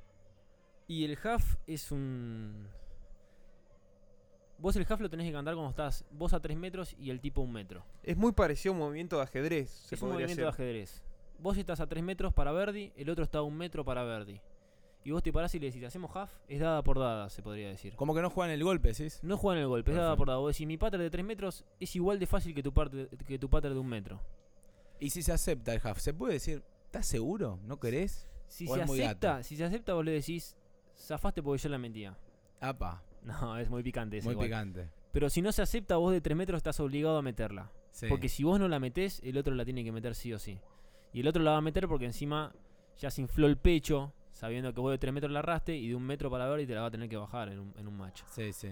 Speaker 2: Y el half es un. Vos el half lo tenés que cantar cuando estás vos a 3 metros y el tipo a un metro.
Speaker 3: Es muy parecido a un movimiento de ajedrez. Se
Speaker 2: es un
Speaker 3: podría
Speaker 2: movimiento de
Speaker 3: hacer.
Speaker 2: ajedrez. Vos estás a 3 metros para Verdi, el otro está a un metro para Verdi. Y vos te parás y le decís, hacemos half, es dada por dada, se podría decir.
Speaker 1: Como que no juegan el golpe, ¿sí?
Speaker 2: No juegan el golpe, es dada
Speaker 1: Perfecto.
Speaker 2: por dada. Vos decís, mi pater de 3 metros es igual de fácil que tu, parte, que tu pater de un metro.
Speaker 1: Y si se acepta el half, ¿se puede decir, ¿estás seguro? ¿No querés?
Speaker 2: Si
Speaker 1: O
Speaker 2: se
Speaker 1: es muy
Speaker 2: acepta,
Speaker 1: gato.
Speaker 2: si se acepta, vos le decís, zafaste porque yo la mentía.
Speaker 1: Apa,
Speaker 2: No, es muy picante eso.
Speaker 1: muy
Speaker 2: igual.
Speaker 1: picante.
Speaker 2: Pero si no se acepta, vos de 3 metros estás obligado a meterla.
Speaker 1: Sí.
Speaker 2: Porque si vos no la metés, el otro la tiene que meter sí o sí. Y el otro la va a meter porque encima ya se infló el pecho, sabiendo que vos de 3 metros la arraste y de un metro para ver y te la va a tener que bajar en un, en un match.
Speaker 1: Sí, sí.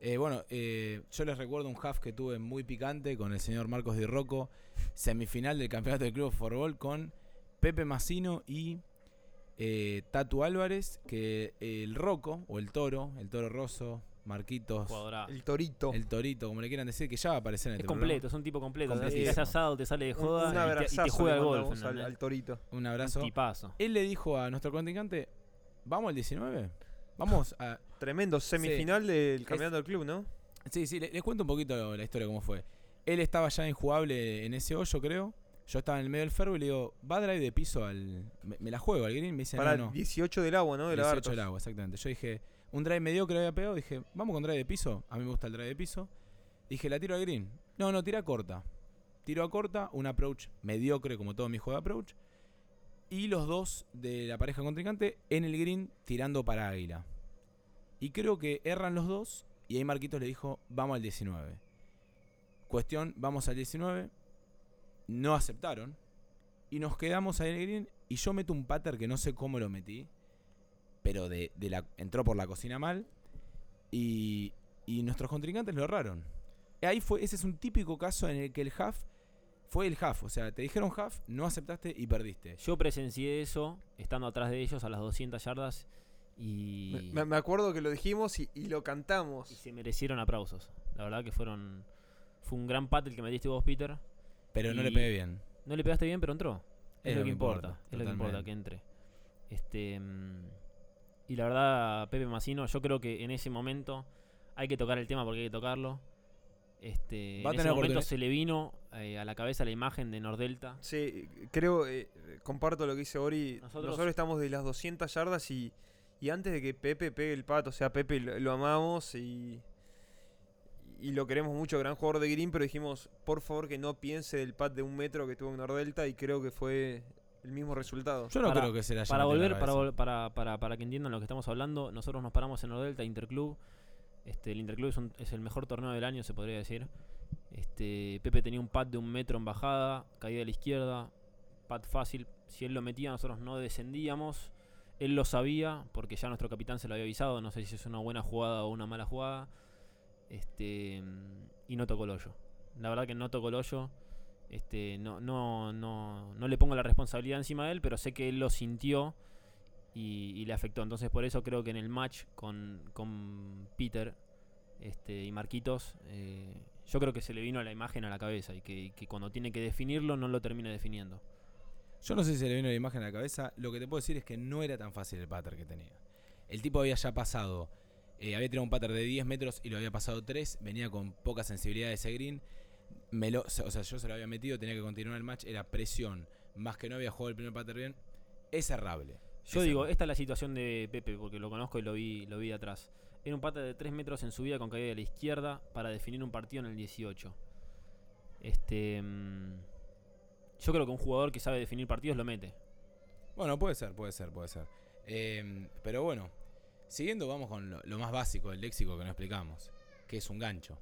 Speaker 1: Eh, bueno, eh, yo les recuerdo un half que tuve muy picante con el señor Marcos Di Rocco, semifinal del campeonato del club Forbol con Pepe Massino y eh, Tatu Álvarez, que el Rocco, o el Toro, el Toro Rosso, Marquitos,
Speaker 2: Jugadorazo.
Speaker 3: El torito.
Speaker 1: el Torito, como le quieran decir, que ya va a aparecer en
Speaker 2: Es
Speaker 1: este
Speaker 2: completo, es un tipo completo. o sea,
Speaker 1: Completísimo.
Speaker 2: Si te asado, te sale de
Speaker 3: Un,
Speaker 2: joda y
Speaker 3: un
Speaker 2: te- y, te,
Speaker 3: abrazazo le
Speaker 2: juega el golf.
Speaker 3: mandamos al,
Speaker 2: ¿entendés?
Speaker 3: al torito.
Speaker 1: programa. Un
Speaker 2: Un
Speaker 1: abrazo.
Speaker 2: tipazo.
Speaker 1: Él le dijo a nuestro contingente, vamos al 19, vamos a...
Speaker 3: Tremendo semifinal del campeonato del club, ¿no?
Speaker 1: Sí, sí, le- les, cuento un poquito la historia cómo fue. Él estaba ya injugable en ese hoyo, creo. Yo estaba en el medio del ferro y le digo, va drive de piso al. Me, me la juego al green. Me dice,
Speaker 3: Para
Speaker 1: Este no, no.
Speaker 3: 18 del agua, ¿no? De
Speaker 1: 18
Speaker 3: Lagartos.
Speaker 1: el agua, exactamente. Yo dije, un drive medio que le había pegado. Dije, vamos con drive de piso. A mí me gusta el drive de piso. Dije, la tiro al green. No, no, tira corta. Tiro a corta, un approach mediocre como todo mi juego de approach. Y los dos de la pareja contrincante en el green tirando para águila. Y creo que erran los dos. Y ahí Marquitos le dijo, vamos al 19. Cuestión, vamos al 19. No aceptaron. Y nos quedamos ahí en el green. Y yo meto un pattern que no sé cómo lo metí. Pero de, de la, entró por la cocina mal. Y, y nuestros contrincantes lo erraron. Ahí fue, ese es un típico caso en el que el half fue el half. O sea, te dijeron half, no aceptaste y perdiste.
Speaker 2: Yo presencié eso estando atrás de ellos a las 200 yardas
Speaker 3: Me-
Speaker 2: y,
Speaker 3: Me, me acuerdo que lo dijimos y, y lo
Speaker 2: y
Speaker 3: cantamos.
Speaker 2: se merecieron aplausos. La verdad que fueron. Fue un gran pat el que metiste vos, Peter.
Speaker 1: Pero no le
Speaker 2: Y-
Speaker 1: pegué bien.
Speaker 2: No le pegaste bien, pero entró. Es, lo que importa. es lo que importa,
Speaker 1: Eh, totalmente.
Speaker 2: que entre. Este, mm, y la verdad, Pepe Massino, yo creo que en ese momento hay que tocar el tema porque hay que tocarlo. Este,
Speaker 1: Va a
Speaker 2: en
Speaker 1: tener
Speaker 2: ese momento
Speaker 1: oportuni-
Speaker 2: se le vino eh, a la cabeza la imagen de Nordelta.
Speaker 3: Sí, creo, eh, comparto lo que dice Ori. Nosotros,
Speaker 2: Nosotros-
Speaker 3: estamos de las 200 yardas y, y antes de que Pepe pegue el pato, o sea, Pepe lo, lo amamos y, y lo queremos mucho, gran jugador de Green, pero dijimos, por favor que no piense del pat de un metro que tuvo en Nordelta y creo que fue el mismo resultado.
Speaker 1: Yo no
Speaker 2: Para-
Speaker 1: creo que se la haya
Speaker 2: Para
Speaker 1: metido en la
Speaker 2: volver, para,
Speaker 1: cabeza.
Speaker 2: vol- para, para, para que entiendan lo que estamos hablando, nosotros nos paramos en Nordelta Interclub. Este, el Interclub es, un- es el mejor torneo del año, se podría decir. Este, Pepe tenía un pad de un metro en bajada, caída a la izquierda, pad fácil. Si él lo metía, nosotros no descendíamos. Él lo sabía, porque ya nuestro capitán se lo había avisado. No sé si es una buena jugada o una mala jugada. Este, mm, y no tocó el hoyo. La verdad que no tocó el hoyo. Este, no, no, no, no le pongo la responsabilidad encima de él, pero sé que él lo sintió y, y le afectó. Entonces por eso creo que en el match con, con Peter este, y Marquitos, eh, yo creo que se le vino la imagen a la cabeza y que, y que cuando tiene que definirlo no lo termina definiendo.
Speaker 1: Yo no sé si se le vino la imagen a la cabeza. Lo que te puedo decir es que no era tan fácil el pattern que tenía. El tipo había ya pasado. eh, había tirado un pattern de 10 metros y lo había pasado 3. Venía con poca sensibilidad de ese green. Me lo- o sea, yo se lo había metido, tenía que continuar el match. Era presión. Más que no había jugado el primer pattern bien. Es errable.
Speaker 2: Yo
Speaker 1: Es
Speaker 2: digo,
Speaker 1: errable.
Speaker 2: esta es la situación de Pepe, porque lo conozco y lo vi, lo vi de atrás. Era un pata de 3 metros en subida con caída de la izquierda para definir un partido en el 18. Este. mm, Yo creo que un jugador que sabe definir partidos lo mete.
Speaker 1: Bueno, puede ser, puede ser, puede ser. Eh, pero bueno, siguiendo vamos con lo, lo más básico del léxico que no explicamos, que es un gancho.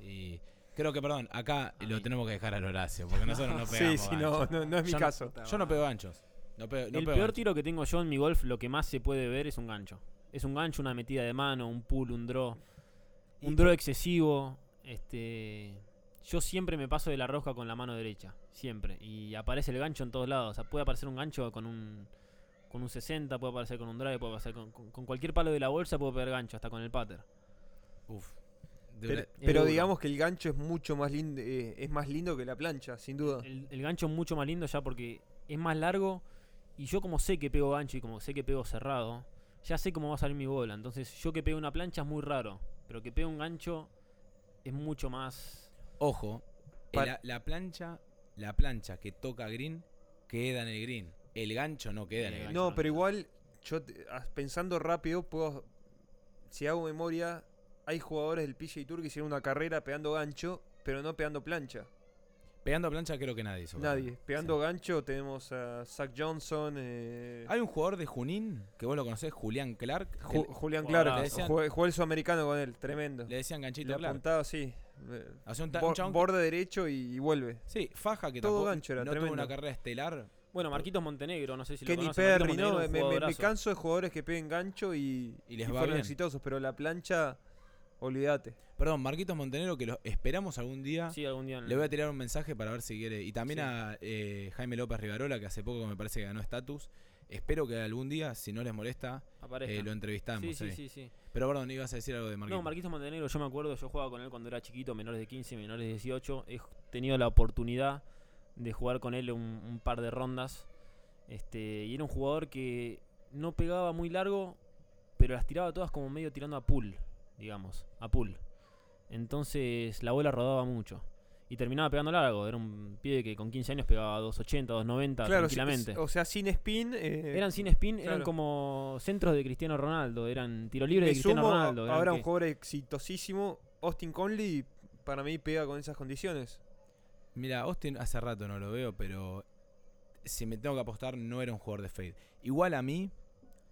Speaker 1: Y creo que, perdón, acá
Speaker 2: A
Speaker 1: lo
Speaker 2: mí.
Speaker 1: tenemos que dejar al Horacio, porque nosotros no
Speaker 3: sí,
Speaker 1: pegamos
Speaker 3: sí, no,
Speaker 1: ganchos.
Speaker 3: no, no es mi
Speaker 1: Yo no-
Speaker 3: caso.
Speaker 1: Yo no pego ganchos. No pego, no
Speaker 2: el
Speaker 1: pego
Speaker 2: peor
Speaker 1: ganchos.
Speaker 2: tiro que tengo yo en mi golf, lo que más se puede ver es un gancho. Es un gancho, una metida de mano, un pull, un draw. Un draw excesivo. Este. Yo siempre me paso de la rosca con la mano derecha. Siempre. Y aparece el gancho en todos lados. O sea, puede aparecer un gancho con un. Con un 60, puede aparecer con un drive, puede aparecer con, con- con cualquier palo de la bolsa, puede pegar gancho, hasta con el pater.
Speaker 1: Uf. De
Speaker 3: Pero,
Speaker 1: verdad,
Speaker 3: pero
Speaker 2: duro.
Speaker 3: digamos que el gancho es mucho más lindo, eh, es más lindo que la plancha, sin duda.
Speaker 2: El, el gancho es mucho más lindo ya porque es más largo. Y yo, como sé que pego gancho y como sé que pego cerrado, ya sé cómo va a salir mi bola. Entonces, yo que pego una plancha es muy raro. Pero que pego un gancho es mucho más.
Speaker 1: Ojo, eh,
Speaker 3: Pa-
Speaker 1: la, la plancha la plancha que toca green queda en el green. El gancho no queda en el
Speaker 2: Eh,
Speaker 1: green.
Speaker 3: No,
Speaker 2: no
Speaker 3: pero
Speaker 2: está.
Speaker 3: igual, yo te- as- pensando rápido, puedo. Si hago memoria, hay jugadores del PJ Tour que hicieron una carrera pegando gancho, pero no pegando plancha.
Speaker 1: Pegando a plancha creo que nadie hizo.
Speaker 3: Nadie.
Speaker 1: Sí.
Speaker 3: Pegando gancho tenemos a Zach Johnson, eh,
Speaker 1: Hay un jugador de Junín que vos lo conocés, Julián Clark. que
Speaker 3: Ju- Julián
Speaker 2: Jugadorazo.
Speaker 3: Clark.
Speaker 1: Ah, Le decían-
Speaker 3: Jugué, jugué el sudamericano con él, tremendo.
Speaker 1: le decían ganchito
Speaker 3: Le
Speaker 1: Clark.
Speaker 3: apuntaba así. eh,
Speaker 1: Hacía un, ta- un
Speaker 3: bor-
Speaker 1: chabón que-
Speaker 3: borde derecho y, y vuelve.
Speaker 1: Sí, Faja que
Speaker 3: Todo
Speaker 1: tampoco
Speaker 3: gancho era,
Speaker 1: no tuvo
Speaker 3: tremendo.
Speaker 1: una carrera estelar.
Speaker 2: Bueno, Marquitos Montenegro, no sé si
Speaker 3: Kenny
Speaker 2: lo conocen. Marquitos
Speaker 3: Perry, ¿no?
Speaker 2: Montenegro
Speaker 3: Me,
Speaker 2: es un
Speaker 3: me- me
Speaker 2: jugadorazo.
Speaker 3: canso de jugadores que peguen gancho y,
Speaker 1: Y les va
Speaker 3: fueron
Speaker 1: bien.
Speaker 3: exitosos, pero la plancha, olvídate.
Speaker 1: Perdón, Marquitos Montenegro, que lo esperamos algún día.
Speaker 2: Sí, algún día en-
Speaker 1: Le voy a tirar un mensaje para ver si quiere. Y también
Speaker 2: Mm. Sí.
Speaker 1: a eh, Jaime López Rivarola, que hace poco me parece que ganó estatus. Espero que algún día, si no les molesta,
Speaker 2: aparezca.
Speaker 1: eh, lo entrevistamos.
Speaker 2: Sí, sí,
Speaker 1: eh.
Speaker 2: sí, sí.
Speaker 1: Pero perdón, ibas a decir algo de Marquitos.
Speaker 2: No, Marquitos Montenegro, yo me acuerdo, yo jugaba con él cuando era chiquito, menores de 15, menores de 18. He tenido la oportunidad de jugar con él un, un par de rondas. Este, y era un jugador que no pegaba muy largo, pero las tiraba todas como medio tirando a pull, digamos, a pull. Entonces la bola rodaba mucho. Y terminaba pegando largo. Era un pibe que con 15 años pegaba 280, 290
Speaker 3: si-
Speaker 2: tranquilamente.
Speaker 3: o sea, sin spin. eh,
Speaker 2: eran sin spin, eran
Speaker 3: claro.
Speaker 2: como centros de Cristiano Ronaldo, eran tiro libre
Speaker 3: me
Speaker 2: de Cristiano
Speaker 3: sumo a-
Speaker 2: Ronaldo. eran
Speaker 3: ahora
Speaker 2: que-
Speaker 3: un jugador exitosísimo, Austin Conley, para mí pega con esas condiciones.
Speaker 1: Mira, Austin hace rato no lo veo, pero si me tengo que apostar, no era un jugador de fade. Igual a mí,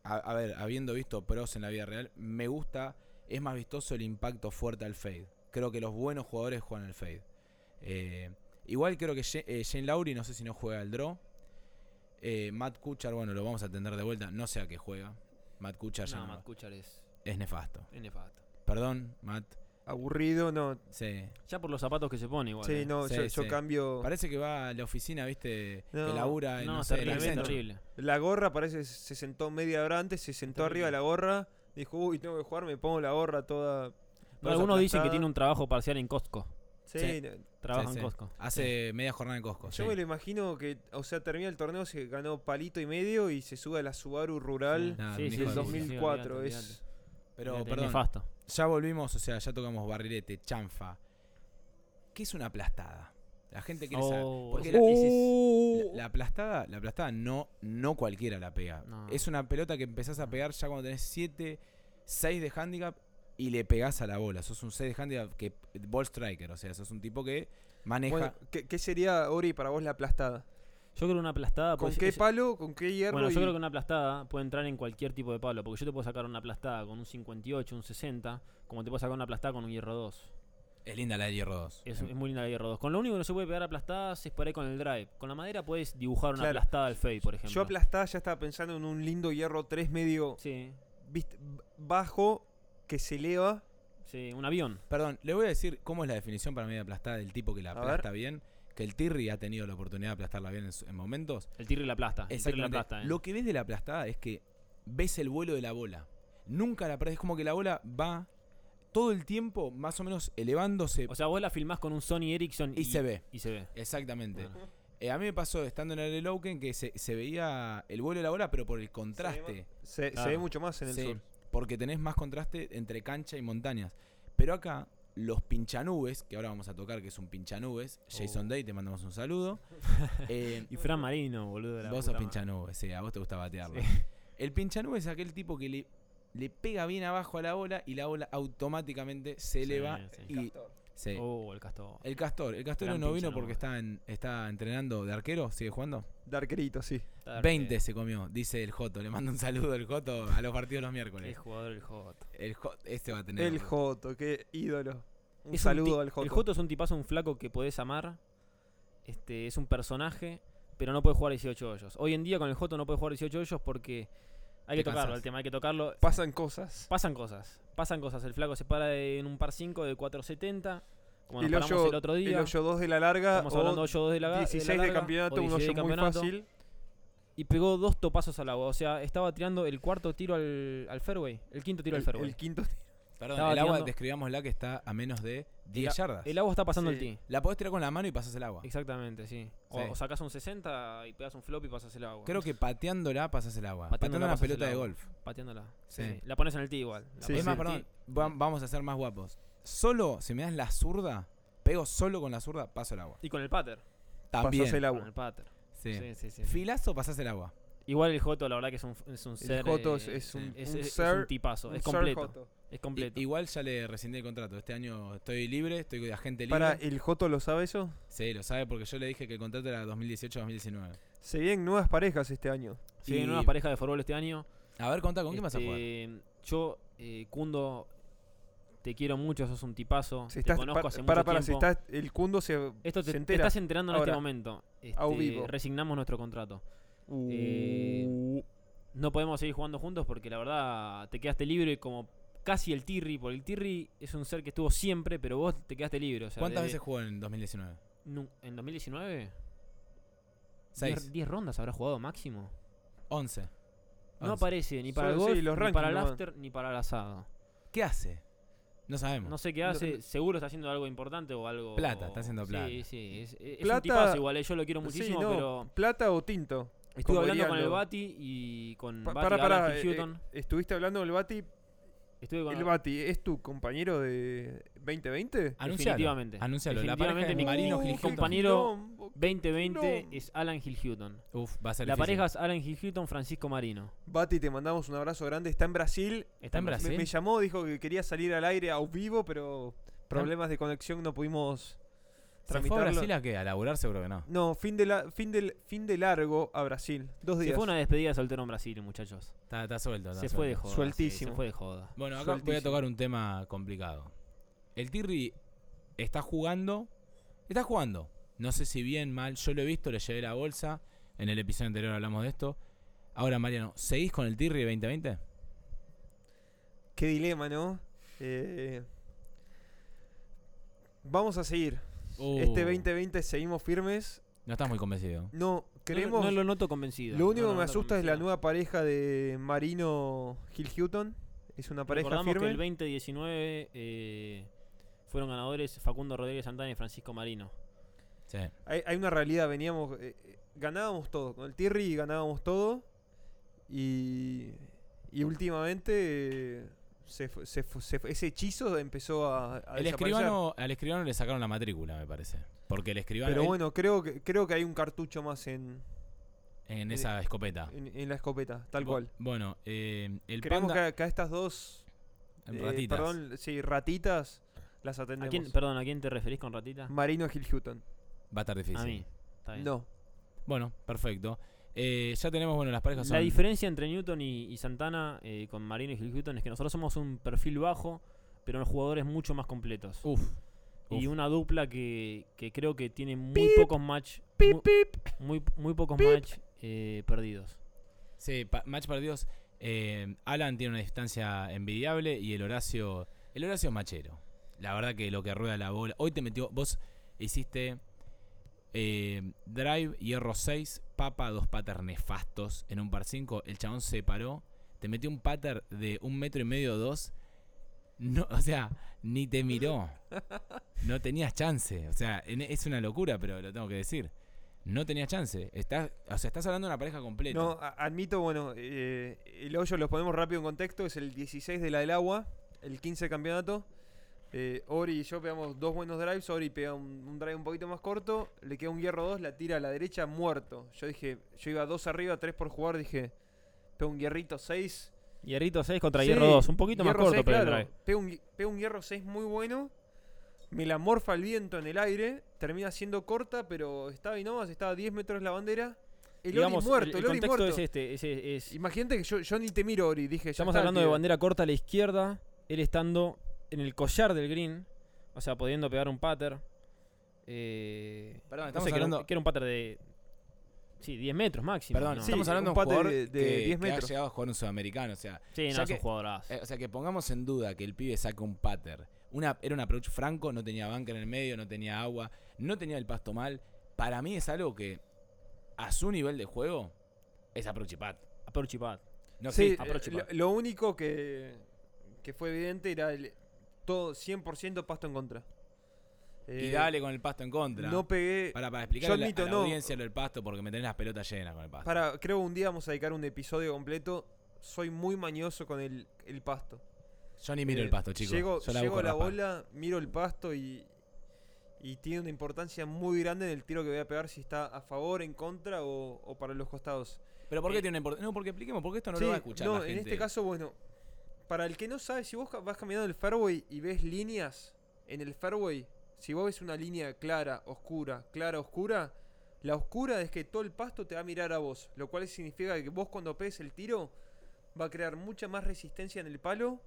Speaker 1: a, a ver, habiendo visto pros en la vida real, me gusta, es más vistoso el impacto fuerte al fade. Creo que los buenos jugadores juegan al fade. Eh, igual creo que Ye- eh, Shane Lowry, no sé si no juega al draw. Eh, Matt Kuchar, bueno, lo vamos a atender de vuelta, no sé a qué juega. Matt Kuchar ya
Speaker 2: No,
Speaker 1: no-
Speaker 2: Matt Kuchar es,
Speaker 1: es nefasto.
Speaker 2: es nefasto.
Speaker 1: Perdón, Matt.
Speaker 3: Aburrido, no.
Speaker 1: Sí.
Speaker 2: Ya por los zapatos que se pone igual.
Speaker 3: sí,
Speaker 2: eh.
Speaker 3: no,
Speaker 1: Sí,
Speaker 3: yo, yo
Speaker 1: sí.
Speaker 3: cambio.
Speaker 1: Parece que va a la oficina, viste, que
Speaker 3: No,
Speaker 1: labura en,
Speaker 2: Oh. No,
Speaker 1: no
Speaker 2: es
Speaker 1: sé, en
Speaker 2: terrible, es
Speaker 1: Accenture.
Speaker 2: terrible.
Speaker 3: La gorra parece que se sentó media hora antes, se sentó arriba de la gorra, dijo, uy, tengo que jugar, me pongo la gorra toda.
Speaker 2: No,
Speaker 3: toda
Speaker 2: algunos dicen que
Speaker 3: aplastada".
Speaker 2: tiene un trabajo parcial en Costco.
Speaker 3: Sí,
Speaker 1: Sí.
Speaker 3: no,
Speaker 2: Trabaja
Speaker 1: Sí,
Speaker 2: en
Speaker 1: sí.
Speaker 2: Costco.
Speaker 1: Hace media jornada en Costco.
Speaker 3: Yo
Speaker 1: sí.
Speaker 3: me lo imagino que, o sea, termina el torneo, se ganó palito y medio y se sube a la Subaru Rural
Speaker 1: Sí. Ah,
Speaker 2: Sí,
Speaker 1: un
Speaker 2: sí,
Speaker 1: hijo de
Speaker 2: sí,
Speaker 3: del
Speaker 2: sí,
Speaker 1: puta.
Speaker 2: sí,
Speaker 3: 2004.
Speaker 2: olvídate,
Speaker 3: es,
Speaker 1: Pero,
Speaker 2: olvídate. Es
Speaker 1: perdón,
Speaker 2: nefasto.
Speaker 1: ya volvimos, o sea, ya tocamos barrilete, chanfa. ¿Qué es una aplastada? La gente quiere saber.
Speaker 2: Oh,
Speaker 1: Porque
Speaker 2: ese-
Speaker 1: la,
Speaker 2: ese es-
Speaker 3: ¡Uh!
Speaker 1: la- la aplastada, la aplastada no, no cualquiera la pega.
Speaker 2: No.
Speaker 1: Es una pelota que empezás a pegar ya cuando tenés 7, 6 de handicap y le pegás a la bola. Sos un 6 de handicap que ball striker, o sea, sos un tipo que maneja.
Speaker 3: bueno, ¿qué, qué sería, Ori, para vos la aplastada?
Speaker 2: Yo creo que una aplastada.
Speaker 3: ¿Con
Speaker 2: puede ser-
Speaker 3: qué
Speaker 2: es-
Speaker 3: palo? ¿Con qué hierro?
Speaker 2: pues Bueno, yo
Speaker 3: y-
Speaker 2: creo que una aplastada puede entrar en cualquier tipo de palo. Porque yo te puedo sacar una aplastada con un 58, un 60. Como te puedo sacar una aplastada con un hierro 2.
Speaker 1: es linda la de hierro 2.
Speaker 2: Es, es muy linda la hierro 2. Con lo único que no se puede pegar aplastadas es por ahí con el drive. Con la madera puedes dibujar una
Speaker 3: Claro.
Speaker 2: aplastada al fade, por ejemplo.
Speaker 3: Yo aplastada ya estaba pensando en un lindo hierro 3 medio
Speaker 2: Sí,
Speaker 3: viste, b- bajo que se eleva.
Speaker 2: sí, un avión.
Speaker 1: Perdón, le voy a decir cómo es la definición para mí de aplastada del tipo que la
Speaker 3: A
Speaker 1: aplasta bien, que el Tirri ha tenido la oportunidad de aplastarla bien en, su- en momentos.
Speaker 2: El tirri la aplasta. El tirri la
Speaker 1: Exactamente.
Speaker 2: aplasta. ¿eh?
Speaker 1: Lo que ves de la aplastada es que ves el vuelo de la bola. Nunca la perdés. Es como que la bola va todo el tiempo más o menos elevándose.
Speaker 2: O sea, vos la filmás con un Sony Ericsson
Speaker 1: Y se ve.
Speaker 2: Y se ve.
Speaker 1: Exactamente.
Speaker 2: Bueno.
Speaker 1: Eh, a mí me pasó estando en el Oaken que se, se veía el vuelo de la bola, pero por el contraste.
Speaker 3: Se, se
Speaker 2: Claro.
Speaker 3: ve mucho más en el
Speaker 1: Sí,
Speaker 3: sur.
Speaker 1: Porque tenés más contraste entre cancha y montañas. Pero acá, los pinchanubes, que ahora vamos a tocar, que es un pinchanubes, Jason
Speaker 2: Oh.
Speaker 1: Day, te mandamos un saludo. Eh,
Speaker 2: Y Fran Marino, boludo.
Speaker 1: vos
Speaker 2: la puta
Speaker 1: sos
Speaker 2: madre.
Speaker 1: pinchanubes, sí, a vos te gusta batearlo. El pinchanubes es aquel tipo que le, le pega bien abajo a la bola y la bola automáticamente se
Speaker 2: Sí,
Speaker 1: eleva.
Speaker 2: sí.
Speaker 1: Y, sí.
Speaker 2: Oh, el castor.
Speaker 1: El castor, el castor
Speaker 2: Gran
Speaker 1: no vino
Speaker 2: pinchanubes.
Speaker 1: porque está, en- está entrenando de arquero, sigue jugando.
Speaker 3: Darkerito, sí.
Speaker 2: Está
Speaker 1: 20
Speaker 2: arquero.
Speaker 1: se comió, dice el Joto. Le mando un saludo al Joto a los partidos los
Speaker 2: Qué
Speaker 1: miércoles.
Speaker 2: jugador el Joto.
Speaker 1: El Joto, este va a tener.
Speaker 3: El Joto, qué ídolo. Un
Speaker 2: Es
Speaker 3: saludo
Speaker 2: ti-
Speaker 3: al Joto.
Speaker 2: El Joto es un tipazo, un flaco que podés amar. Este, es un personaje, pero no puede jugar 18 hoyos. Hoy en día con el Joto no puede jugar 18 hoyos porque hay
Speaker 1: Te
Speaker 2: que tocarlo,
Speaker 1: cansás.
Speaker 2: el tema hay que tocarlo.
Speaker 3: Pasan cosas.
Speaker 2: Pasan cosas, pasan cosas. El flaco se para de- en un par 5 de 470, como
Speaker 3: el
Speaker 2: nos paramos
Speaker 3: hoyo,
Speaker 2: el otro día.
Speaker 3: el hoyo 2 de la larga.
Speaker 2: Estamos
Speaker 3: o
Speaker 2: hablando de hoyo 2 de la ga- de,
Speaker 3: 16
Speaker 2: la
Speaker 3: de
Speaker 2: larga, o
Speaker 3: campeonato, un
Speaker 2: 16
Speaker 3: hoyo
Speaker 2: de
Speaker 3: muy
Speaker 2: campeonato,
Speaker 3: fácil.
Speaker 2: Y pegó dos topazos al agua. O sea, estaba tirando el cuarto tiro al, al fairway. El quinto tiro al
Speaker 3: El,
Speaker 2: fairway.
Speaker 3: el quinto.
Speaker 1: Perdón,
Speaker 2: Estaba
Speaker 1: el agua,
Speaker 2: tirando-
Speaker 1: describámosla que está a menos de 10
Speaker 2: a-
Speaker 1: yardas.
Speaker 2: El agua está pasando el
Speaker 3: Sí.
Speaker 2: tee.
Speaker 1: La podés tirar con la mano y pasas el agua.
Speaker 2: Exactamente, sí. O,
Speaker 1: Sí.
Speaker 2: o sacás un 60 y pegás un flop y pasas el agua.
Speaker 1: Creo que pateándola pasas el agua.
Speaker 2: Pateándola
Speaker 1: Pateando una
Speaker 2: pasás el
Speaker 1: pelota de
Speaker 2: agua.
Speaker 1: golf.
Speaker 2: Pateándola.
Speaker 1: Sí.
Speaker 2: Sí. La pones en el tee igual. La
Speaker 3: Sí,
Speaker 2: pones
Speaker 1: es más,
Speaker 2: en el
Speaker 1: perdón,
Speaker 2: tee.
Speaker 1: va- vamos a ser más guapos. Solo si me das la zurda, pego solo con la zurda, paso el agua.
Speaker 2: Y con el pater.
Speaker 1: También.
Speaker 3: Pasas el
Speaker 2: Con
Speaker 3: agua.
Speaker 2: el pater.
Speaker 1: sí.
Speaker 2: Sí, sí, sí.
Speaker 1: Filazo, pasas el agua.
Speaker 2: Igual el Joto, la verdad que es un, es un ser.
Speaker 3: El Joto es,
Speaker 2: eh,
Speaker 3: es un,
Speaker 2: es-
Speaker 3: un
Speaker 2: es- es
Speaker 3: ser-
Speaker 2: un tipazo.
Speaker 3: un
Speaker 2: es
Speaker 3: ser
Speaker 2: completo.
Speaker 3: Joto.
Speaker 2: Es
Speaker 1: I-
Speaker 2: completo.
Speaker 1: igual ya le rescindí el contrato. Este año estoy libre, estoy de agente libre.
Speaker 3: Para, ¿el Joto lo sabe eso?
Speaker 1: Sí, lo sabe porque yo le dije que el contrato era 2018-2019.
Speaker 3: Se vienen nuevas parejas este año.
Speaker 1: y-
Speaker 2: Se vienen nuevas parejas de fútbol este año.
Speaker 1: A ver, contá, ¿con quién vas a jugar?
Speaker 2: Este, Yo, eh, Kundo, te quiero mucho, sos un tipazo.
Speaker 3: Si
Speaker 2: te
Speaker 3: estás-
Speaker 2: conozco
Speaker 3: pa-
Speaker 2: hace
Speaker 3: para,
Speaker 2: mucho
Speaker 3: para, si
Speaker 2: tiempo.
Speaker 3: estás, el Cundo se,
Speaker 2: Esto te,
Speaker 3: se
Speaker 2: te
Speaker 3: entera.
Speaker 2: estás enterando en
Speaker 3: Ahora,
Speaker 2: este momento.
Speaker 3: a
Speaker 2: Este,
Speaker 3: vivo.
Speaker 2: Resignamos nuestro contrato.
Speaker 3: Uh.
Speaker 2: Eh, no podemos seguir jugando juntos porque la verdad te quedaste libre como casi el Tirri. Porque el Tirri es un ser que estuvo siempre, pero vos te quedaste libre. O sea,
Speaker 1: ¿Cuántas
Speaker 2: desde-
Speaker 1: veces jugó en 2019?
Speaker 2: nu- ¿En 2019?
Speaker 1: Seis.
Speaker 2: 10 rondas habrá jugado máximo.
Speaker 1: 11.
Speaker 2: No aparece ni para
Speaker 3: Solo-
Speaker 2: el golf,
Speaker 3: sí, los
Speaker 2: ni para
Speaker 3: rankings
Speaker 2: el
Speaker 3: nomás.
Speaker 2: after, ni para el asado.
Speaker 1: ¿Qué hace? No sabemos.
Speaker 2: No sé qué
Speaker 3: No-
Speaker 2: hace,
Speaker 3: no-
Speaker 2: seguro está haciendo algo importante o algo.
Speaker 1: Plata, está haciendo plata.
Speaker 2: Sí, sí, es, es
Speaker 3: Plata-
Speaker 2: un tipazo igual, eh, yo lo quiero
Speaker 3: Sí,
Speaker 2: muchísimo,
Speaker 3: no,
Speaker 2: pero
Speaker 3: ¿Plata o tinto?
Speaker 2: estuve
Speaker 3: como
Speaker 2: hablando
Speaker 3: dirían
Speaker 2: con el
Speaker 3: los-
Speaker 2: Bati y con
Speaker 3: Pa-
Speaker 2: Bati
Speaker 3: para,
Speaker 2: Alan
Speaker 3: para. eh,
Speaker 2: Houghton.
Speaker 3: eh, estuviste hablando del Bati.
Speaker 2: estuve con
Speaker 3: El Bati, ¿es tu compañero de 2020?
Speaker 1: Anuncialo.
Speaker 2: definitivamente.
Speaker 1: Anuncialo. La
Speaker 2: Definitivamente
Speaker 1: pareja es
Speaker 2: Ah, mi-
Speaker 1: Marino
Speaker 2: Uh,
Speaker 1: Gil Hilton.
Speaker 2: compañero-
Speaker 3: quilombo.
Speaker 2: 2020
Speaker 3: No.
Speaker 2: es Alan Hill Hutton.
Speaker 1: Uf, va a ser
Speaker 2: La
Speaker 1: difícil.
Speaker 2: pareja es Alan Hill Hutton, Francisco Marino.
Speaker 3: Bati, te mandamos un abrazo grande. Está en Brasil.
Speaker 1: ¿Está en
Speaker 3: Me-
Speaker 1: Brasil?
Speaker 3: Me, llamó, dijo que quería salir al aire a vivo, pero problemas de conexión no pudimos
Speaker 1: ¿Se fue a
Speaker 3: tramitarlo.
Speaker 1: Brasil a qué? A laburar seguro que no.
Speaker 3: No, fin de, la, fin, del, fin de largo a Brasil. Dos
Speaker 2: Se
Speaker 3: días.
Speaker 2: fue una despedida de soltero en Brasil, muchachos.
Speaker 1: Está, está suelto. está
Speaker 2: se
Speaker 1: suelto.
Speaker 2: fue de joda. sí,
Speaker 3: Sueltísimo.
Speaker 2: se fue de joda.
Speaker 1: Bueno, acá voy a
Speaker 3: Sueltísimo.
Speaker 1: tocar un tema complicado. El Tirri está jugando. Está jugando. No sé si bien, mal. Yo lo he visto, le llevé la bolsa. En el episodio anterior hablamos de esto. Ahora, Mariano, ¿seguís con el Tirri 2020?
Speaker 3: Qué dilema, ¿no? Eh, vamos a seguir.
Speaker 1: Uh,
Speaker 3: Este 2020 seguimos firmes.
Speaker 1: No estás muy convencido.
Speaker 3: No,
Speaker 2: No,
Speaker 3: queremos...
Speaker 2: no lo noto convencido.
Speaker 3: Lo único
Speaker 2: No
Speaker 3: que me
Speaker 2: noto
Speaker 3: asusta es la
Speaker 2: convencido.
Speaker 3: nueva pareja de Marino Gil Hutton. Es una pareja
Speaker 2: Recordamos
Speaker 3: firme.
Speaker 2: que el 2019 eh, fueron ganadores Facundo Rodríguez Santana y Francisco Marino.
Speaker 1: Sí.
Speaker 3: Hay, hay una realidad, veníamos, eh, eh, ganábamos todo, con el Tirri ganábamos todo y, y últimamente eh, se fu- se fu- se fu- ese hechizo empezó
Speaker 1: El
Speaker 3: a, a desaparecer.
Speaker 1: escribano, al escribano le sacaron la matrícula, me parece. Porque el escribano
Speaker 3: Pero
Speaker 1: él-
Speaker 3: bueno, creo que, creo que hay un cartucho más en,
Speaker 1: en esa
Speaker 2: Ah.
Speaker 1: escopeta.
Speaker 3: en, en la escopeta, Eh, tal
Speaker 1: Bu-
Speaker 3: cual.
Speaker 1: Bueno, eh, el
Speaker 3: Creemos
Speaker 1: panda.
Speaker 3: que, a- que a estas dos eh,
Speaker 1: ratitas.
Speaker 3: perdón, sí, ratitas las
Speaker 2: ¿A
Speaker 3: atendemos.
Speaker 2: quién, perdón, ¿a quién te referís con ratita?
Speaker 3: Marino Gil Hutton.
Speaker 1: Va a estar difícil.
Speaker 2: A mí. Está bien.
Speaker 3: No.
Speaker 1: Bueno, perfecto. Eh, ya tenemos, bueno, las parejas
Speaker 2: La
Speaker 1: son-
Speaker 2: diferencia entre Newton y, y Santana eh, con Marino y Gil Hutton es que nosotros somos un perfil bajo, pero los jugadores mucho más completos.
Speaker 1: Uf.
Speaker 2: y
Speaker 1: uf.
Speaker 2: una dupla que, que creo que tiene muy pocos match. mu- Muy, muy pocos match eh, perdidos.
Speaker 1: Sí, pa- match perdidos. Eh, Alan tiene una distancia envidiable y el Horacio. El Horacio es machero. La verdad que lo que rueda la bola. Hoy te metió. Vos hiciste Eh, drive, hierro 6, papa, dos patters nefastos en un par 5. El chabón se paró, te metió un pater de un metro y medio o dos. No, o sea, ni te miró. No tenías chance. O sea, en- es una locura, pero lo tengo que decir. No tenías chance. Estás, o sea, estás hablando de una pareja completa.
Speaker 3: No, a- admito, bueno, eh, el hoyo los ponemos rápido en contexto, es el 16 de la del agua, el 15 de campeonato. Eh, Ori y yo pegamos dos buenos drives, Ori pega un, un drive un poquito más corto, le queda un hierro 2, la tira a la derecha, muerto. Yo dije, yo iba dos arriba, tres por jugar, dije, pega un hierrito 6.
Speaker 2: Hierrito 6 contra
Speaker 3: Sí,
Speaker 2: Hierro 2. Un poquito más
Speaker 3: hierro
Speaker 2: corto,
Speaker 3: seis,
Speaker 2: pero el
Speaker 3: claro.
Speaker 2: drive.
Speaker 3: Pega un, pega un hierro 6 muy bueno. Me la morfa el viento en el aire. Termina siendo corta, pero estaba ahí nomás, estaba a 10 metros de la bandera. El
Speaker 2: Digamos,
Speaker 3: Ori muerto,
Speaker 2: el-
Speaker 3: el,
Speaker 2: el
Speaker 3: Ori
Speaker 2: contexto
Speaker 3: muerto.
Speaker 2: es este. es- es-
Speaker 3: Imagínate que yo, yo ni te miro, Ori. Dije, ya
Speaker 2: estamos
Speaker 3: está,
Speaker 2: hablando de
Speaker 3: tío.
Speaker 2: bandera corta a la izquierda. Él estando en el collar del green. O sea, pudiendo pegar un pater. Eh,
Speaker 1: Perdón,
Speaker 2: no
Speaker 1: estamos
Speaker 2: sé, que era un-
Speaker 1: hablando-
Speaker 2: Que era un pater de. Sí, 10 metros máximo.
Speaker 1: Perdón,
Speaker 2: ¿no?
Speaker 3: Sí,
Speaker 1: estamos hablando de
Speaker 3: un
Speaker 1: un
Speaker 3: pate
Speaker 1: jugador
Speaker 3: de- de
Speaker 1: que,
Speaker 3: 10
Speaker 1: que ha
Speaker 3: metros.
Speaker 1: llegado a jugar un sudamericano. O sea,
Speaker 2: Sí,
Speaker 1: Ya
Speaker 2: no, es un
Speaker 1: que-
Speaker 2: jugadorazo.
Speaker 1: Eh, O sea, que pongamos en duda que el pibe saque un pater. Una, era un approach franco, no tenía banca en el medio, no tenía agua, no tenía el pasto mal. Para mí es algo que, a su nivel de juego, es approach y pat.
Speaker 2: Approach y pad.
Speaker 1: No
Speaker 3: Sí,
Speaker 1: existe.
Speaker 3: eh,
Speaker 2: approach
Speaker 3: lo,
Speaker 2: back.
Speaker 3: lo único que, que fue evidente era el todo 100% pasto en contra.
Speaker 1: y
Speaker 3: Eh,
Speaker 1: dale con el pasto en contra.
Speaker 3: No pegué.
Speaker 1: para, para explicar
Speaker 3: yo
Speaker 1: a la,
Speaker 3: admito,
Speaker 1: a la
Speaker 3: no.
Speaker 1: audiencia lo del pasto, porque me tenés las pelotas llenas con el pasto.
Speaker 3: Para, creo un día vamos a dedicar un episodio completo. Soy muy mañoso con el, el pasto.
Speaker 1: Yo ni miro
Speaker 3: Eh,
Speaker 1: el pasto, chicos.
Speaker 3: Llego,
Speaker 1: Yo la
Speaker 3: llego
Speaker 1: busco
Speaker 3: a la
Speaker 1: raspar.
Speaker 3: bola, miro el pasto y, y tiene una importancia muy grande en el tiro que voy a pegar, si está a favor, en contra o, o para los costados.
Speaker 1: Pero ¿por qué
Speaker 2: Eh,
Speaker 1: tiene una importancia? No, porque expliquemos, porque esto no
Speaker 3: Sí,
Speaker 1: lo va a escuchar
Speaker 3: no,
Speaker 1: la gente.
Speaker 3: en este caso, bueno, para el que no sabe, si vos ca- vas caminando en el fairway y ves líneas en el fairway, si vos ves una línea clara, oscura, clara, oscura, la oscura es que todo el pasto te va a mirar a vos, lo cual significa que vos cuando pegues el tiro va a crear mucha más resistencia en el palo,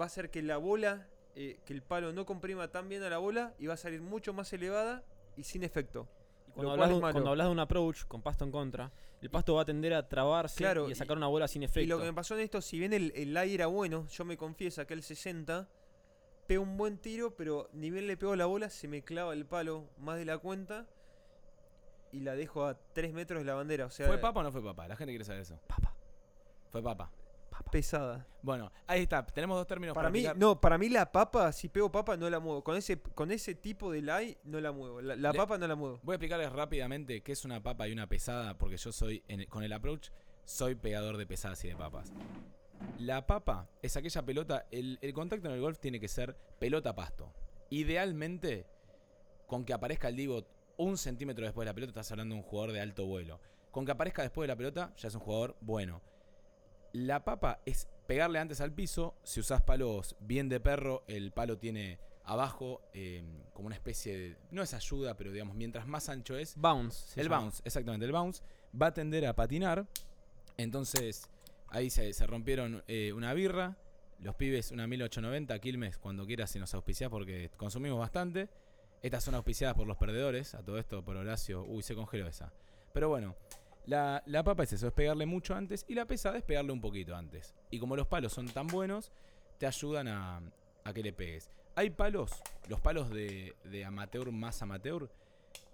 Speaker 3: va a hacer que la bola, eh, que el palo no comprima tan bien a la bola y va a salir mucho más elevada y sin efecto.
Speaker 2: Y Cuando
Speaker 3: lo
Speaker 2: hablas,
Speaker 3: cual
Speaker 2: de
Speaker 3: es
Speaker 2: un,
Speaker 3: malo.
Speaker 2: cuando hablas de un approach con pasto en contra, el pasto va a tender a trabarse
Speaker 3: Claro,
Speaker 2: y
Speaker 3: y-
Speaker 2: a sacar una bola sin efecto.
Speaker 3: Y lo que me pasó en esto, si bien el, el aire era bueno, yo me confieso que el 60 pego un buen tiro, pero ni bien le pego la bola, se me clava el palo más de la cuenta y la dejo a 3 metros de la bandera. O sea,
Speaker 1: ¿Fue papa o no fue papa? La gente quiere saber eso.
Speaker 2: Papa.
Speaker 1: Fue papa.
Speaker 3: pesada.
Speaker 1: Bueno, ahí está. Tenemos dos términos
Speaker 3: para mí,
Speaker 1: picar.
Speaker 3: no, para mí la papa, si pego papa, no la muevo. Con ese, con ese tipo de lie, no la muevo. La, la
Speaker 1: Le-
Speaker 3: papa no la muevo.
Speaker 1: Voy a explicarles rápidamente qué es una papa y una pesada, porque yo soy, en el- con el approach, soy pegador de pesadas y de papas. La papa es aquella pelota, el, el contacto en el golf tiene que ser pelota-pasto. Idealmente, con que aparezca el divot un centímetro después de la pelota, estás hablando de un jugador de alto vuelo. Con que aparezca después de la pelota, ya es un jugador bueno. La papa es pegarle antes al piso. Si usás palos bien de perro, el palo tiene abajo eh, como una especie de. No es ayuda, pero digamos, mientras más ancho es,
Speaker 2: Bounce. se
Speaker 1: el
Speaker 2: llama.
Speaker 1: bounce, exactamente, el bounce va a tender a patinar. Entonces, ahí se, se rompieron eh, una birra. Los pibes, una 1890, Quilmes, cuando quieras, si nos auspiciás, porque consumimos bastante. Estas son auspiciadas por los perdedores, a todo esto por Horacio. Uy, se congeló esa. Pero bueno, la, la papa es eso, es pegarle mucho antes y la pesada es pegarle un poquito antes. Y como los palos son tan buenos, te ayudan a, a que le pegues. Hay palos, los palos de, de amateur más amateur,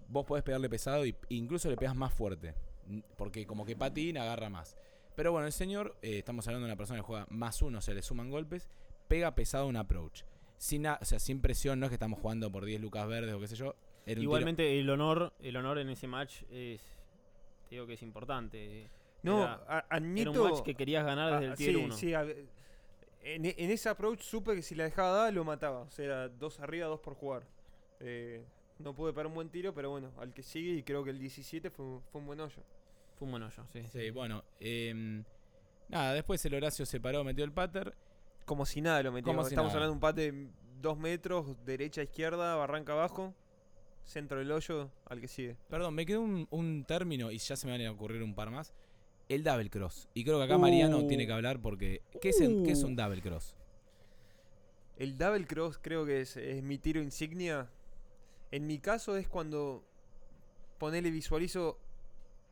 Speaker 1: vos podés pegarle pesado e incluso le pegas más fuerte. n- Porque como que patina, agarra más. Pero bueno, el señor, eh, estamos hablando de una persona que juega más uno, se le suman golpes, pega pesado un approach. Sin, a- o sea, sin presión, no es que estamos jugando por 10 lucas verdes o qué sé yo. era un tiro-
Speaker 2: Igualmente, el honor, el honor en ese match es. Te digo que es importante.
Speaker 3: No,
Speaker 2: era,
Speaker 3: a-
Speaker 2: era
Speaker 3: admito.
Speaker 2: un match que querías ganar desde
Speaker 3: Ah,
Speaker 2: el tier
Speaker 3: sí,
Speaker 2: 1.
Speaker 3: sí, a ver, en, en ese approach supe que si la dejaba dada lo mataba. O sea, era dos arriba, dos por jugar. Eh, no pude pegar un buen tiro, pero bueno, al que sigue y creo que el 17 fue, un- fue un buen hoyo.
Speaker 2: Fue un buen hoyo, sí.
Speaker 1: Sí, bueno. em, nada, después el Horacio se paró, metió el pater.
Speaker 3: Como si nada lo metió.
Speaker 1: Como si
Speaker 3: Estamos
Speaker 1: nada.
Speaker 3: hablando de un pat de dos metros, derecha, izquierda, barranca abajo, centro del hoyo, al que sigue.
Speaker 1: Perdón, me quedó un, un término y ya se me van a ocurrir un par más. El double cross. Y creo que acá
Speaker 2: Uh.
Speaker 1: Mariano tiene que hablar porque. ¿Qué es, el- qué es
Speaker 2: Uh.
Speaker 1: un double cross?
Speaker 3: El double cross creo que es, es mi tiro insignia. En mi caso es cuando ponele visualizo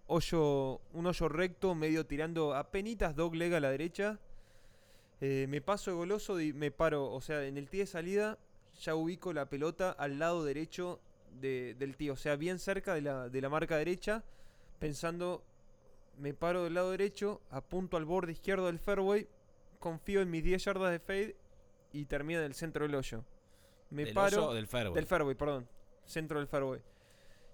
Speaker 3: hoyo, un hoyo recto, medio tirando apenitas dog leg a la derecha. Eh, me paso de goloso y me paro. O sea, en el tee de salida ya ubico la pelota al lado derecho de- del tío, o sea, bien cerca de la, de la marca derecha, pensando, me paro del lado derecho, apunto al borde izquierdo del fairway, confío en mis 10 yardas de fade y termino en el centro del hoyo. Me
Speaker 1: ¿Del
Speaker 3: paro
Speaker 1: hoyo o del fairway?
Speaker 3: del fairway, perdón, centro del fairway.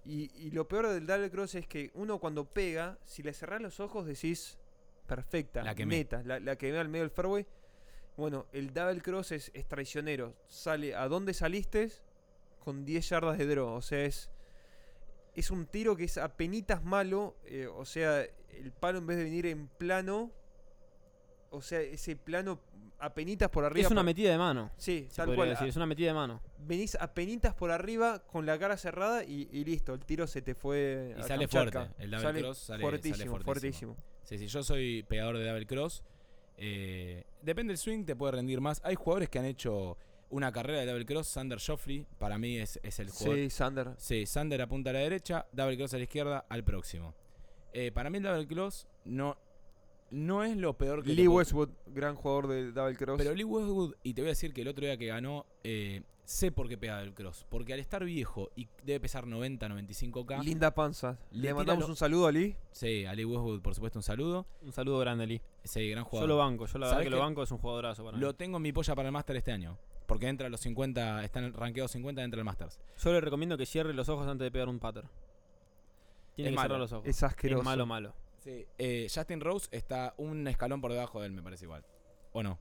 Speaker 3: Y, y lo peor del double cross es que uno cuando pega, si le cerrás los ojos decís, perfecta,
Speaker 1: La quemé.
Speaker 3: meta, la, la quemé al medio del fairway. Bueno, el double cross es, es traicionero. Sale a dónde saliste con 10 yardas de draw. O sea, es, es un tiro que es apenitas malo. eh, o sea, el palo en vez de venir en plano, o sea, ese plano apenitas por arriba.
Speaker 2: Es una
Speaker 3: por-
Speaker 2: metida de mano.
Speaker 3: Sí,
Speaker 2: se
Speaker 3: tal
Speaker 2: podría
Speaker 3: cual.
Speaker 2: decir,
Speaker 3: a-
Speaker 2: Es una metida de mano.
Speaker 3: venís a penitas por arriba con la cara cerrada y, y listo, el tiro se te fue.
Speaker 1: Y
Speaker 3: a
Speaker 1: sale
Speaker 3: Kamchatka.
Speaker 1: fuerte, el double cross sale- sale
Speaker 3: fuertísimo,
Speaker 1: fuertísimo.
Speaker 3: fuertísimo.
Speaker 1: Sí, sí, yo soy pegador de double cross. Eh, depende del swing, te puede rendir más. Hay jugadores que han hecho una carrera de double cross. Sander Joffrey, para mí es, es el jugador.
Speaker 3: Sí, Sander.
Speaker 1: Sí, Sander apunta a la derecha, double cross a la izquierda, al próximo. Eh, para mí el double cross no, no es lo peor que... le
Speaker 3: Lee
Speaker 1: puede-
Speaker 3: Westwood, gran jugador de double cross.
Speaker 1: Pero Lee Westwood, y te voy a decir que el otro día que ganó, eh, sé por qué pega el cross. Porque al estar viejo y debe pesar 90, 95K,
Speaker 3: Linda panza.
Speaker 1: Le
Speaker 3: Le,
Speaker 1: tira
Speaker 3: mandamos
Speaker 1: lo-
Speaker 3: un saludo a Lee.
Speaker 1: sí, a Lee Westwood por supuesto un saludo.
Speaker 2: Un saludo grande, Lee.
Speaker 1: Sí, gran
Speaker 2: Yo
Speaker 1: jugador.
Speaker 2: lo banco. Yo la verdad
Speaker 1: ¿Sabés
Speaker 2: que lo
Speaker 1: qué?
Speaker 2: banco es un jugadorazo para mí.
Speaker 1: Lo tengo en mi polla para el Master este año. Porque entra a los 50, están rankeados 50 dentro del Masters.
Speaker 2: Yo le recomiendo que cierre los ojos antes de pegar un putter. Tiene
Speaker 1: Es
Speaker 2: que
Speaker 1: malo,
Speaker 2: cerrar los ojos.
Speaker 3: Es asqueroso.
Speaker 2: Es malo, malo.
Speaker 1: Sí. Eh, Justin Rose está un escalón por debajo de él, me parece igual. ¿O no?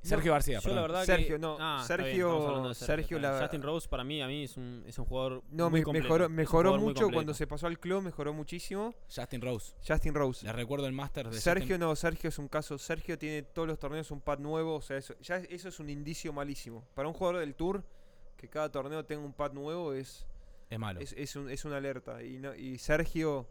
Speaker 1: Sergio García,
Speaker 2: Yo la
Speaker 1: perdón.
Speaker 2: verdad
Speaker 3: Sergio,
Speaker 2: que...
Speaker 3: no,
Speaker 2: Ah, está
Speaker 3: Sergio-
Speaker 2: bien, estamos hablando de
Speaker 3: Sergio,
Speaker 2: está bien.
Speaker 3: la-
Speaker 2: Justin Rose para mí, a mí es un, es un jugador
Speaker 3: No,
Speaker 2: muy
Speaker 3: me-
Speaker 2: completo.
Speaker 3: mejoró,
Speaker 2: Es un
Speaker 3: mejoró
Speaker 2: jugador muy
Speaker 3: mucho cuando
Speaker 2: completo.
Speaker 3: se pasó al club, mejoró muchísimo.
Speaker 1: Justin Rose.
Speaker 3: Justin Rose.
Speaker 1: Les recuerdo el Masters de
Speaker 3: Sergio
Speaker 1: Justin-
Speaker 3: no, Sergio es un caso. Sergio tiene todos los torneos un pad nuevo. O sea, eso, ya es- eso es un indicio malísimo. Para un jugador del tour, que cada torneo tenga un pad nuevo es.
Speaker 1: es malo.
Speaker 3: Es, es un- es una alerta. Y, no- y Sergio,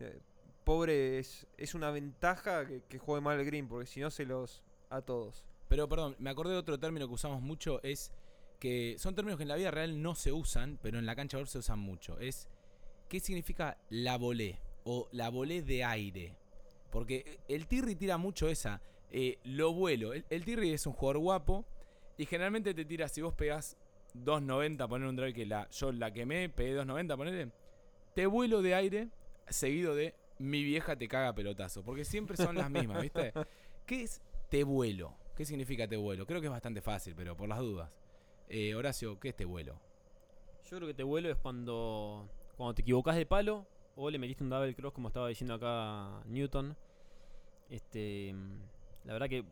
Speaker 3: eh, pobre, es, es una ventaja que, que juegue mal el green, porque si no se los a todos.
Speaker 1: Pero perdón, me acordé de otro término que usamos mucho, es que son términos que en la vida real no se usan, pero en la cancha de golf se usan mucho. Es, ¿qué significa la volé? O la volé de aire. Porque eh, el Tirri tira mucho esa, eh, lo vuelo. El, el Tirri es un jugador guapo y generalmente te tira, si vos pegás 2.90, poner un drive que la, yo la quemé, pegué 2.90, ponele, te vuelo de aire seguido de mi vieja te caga pelotazo. Porque siempre son las mismas, ¿viste? ¿Qué es te vuelo? ¿Qué significa te vuelo? Creo que es bastante fácil, pero por las dudas. Eh, Horacio, ¿qué es te vuelo?
Speaker 2: Yo creo que te vuelo es cuando, cuando te equivocas de palo o le metiste un double cross como estaba diciendo acá Newton. Este, mm, la verdad que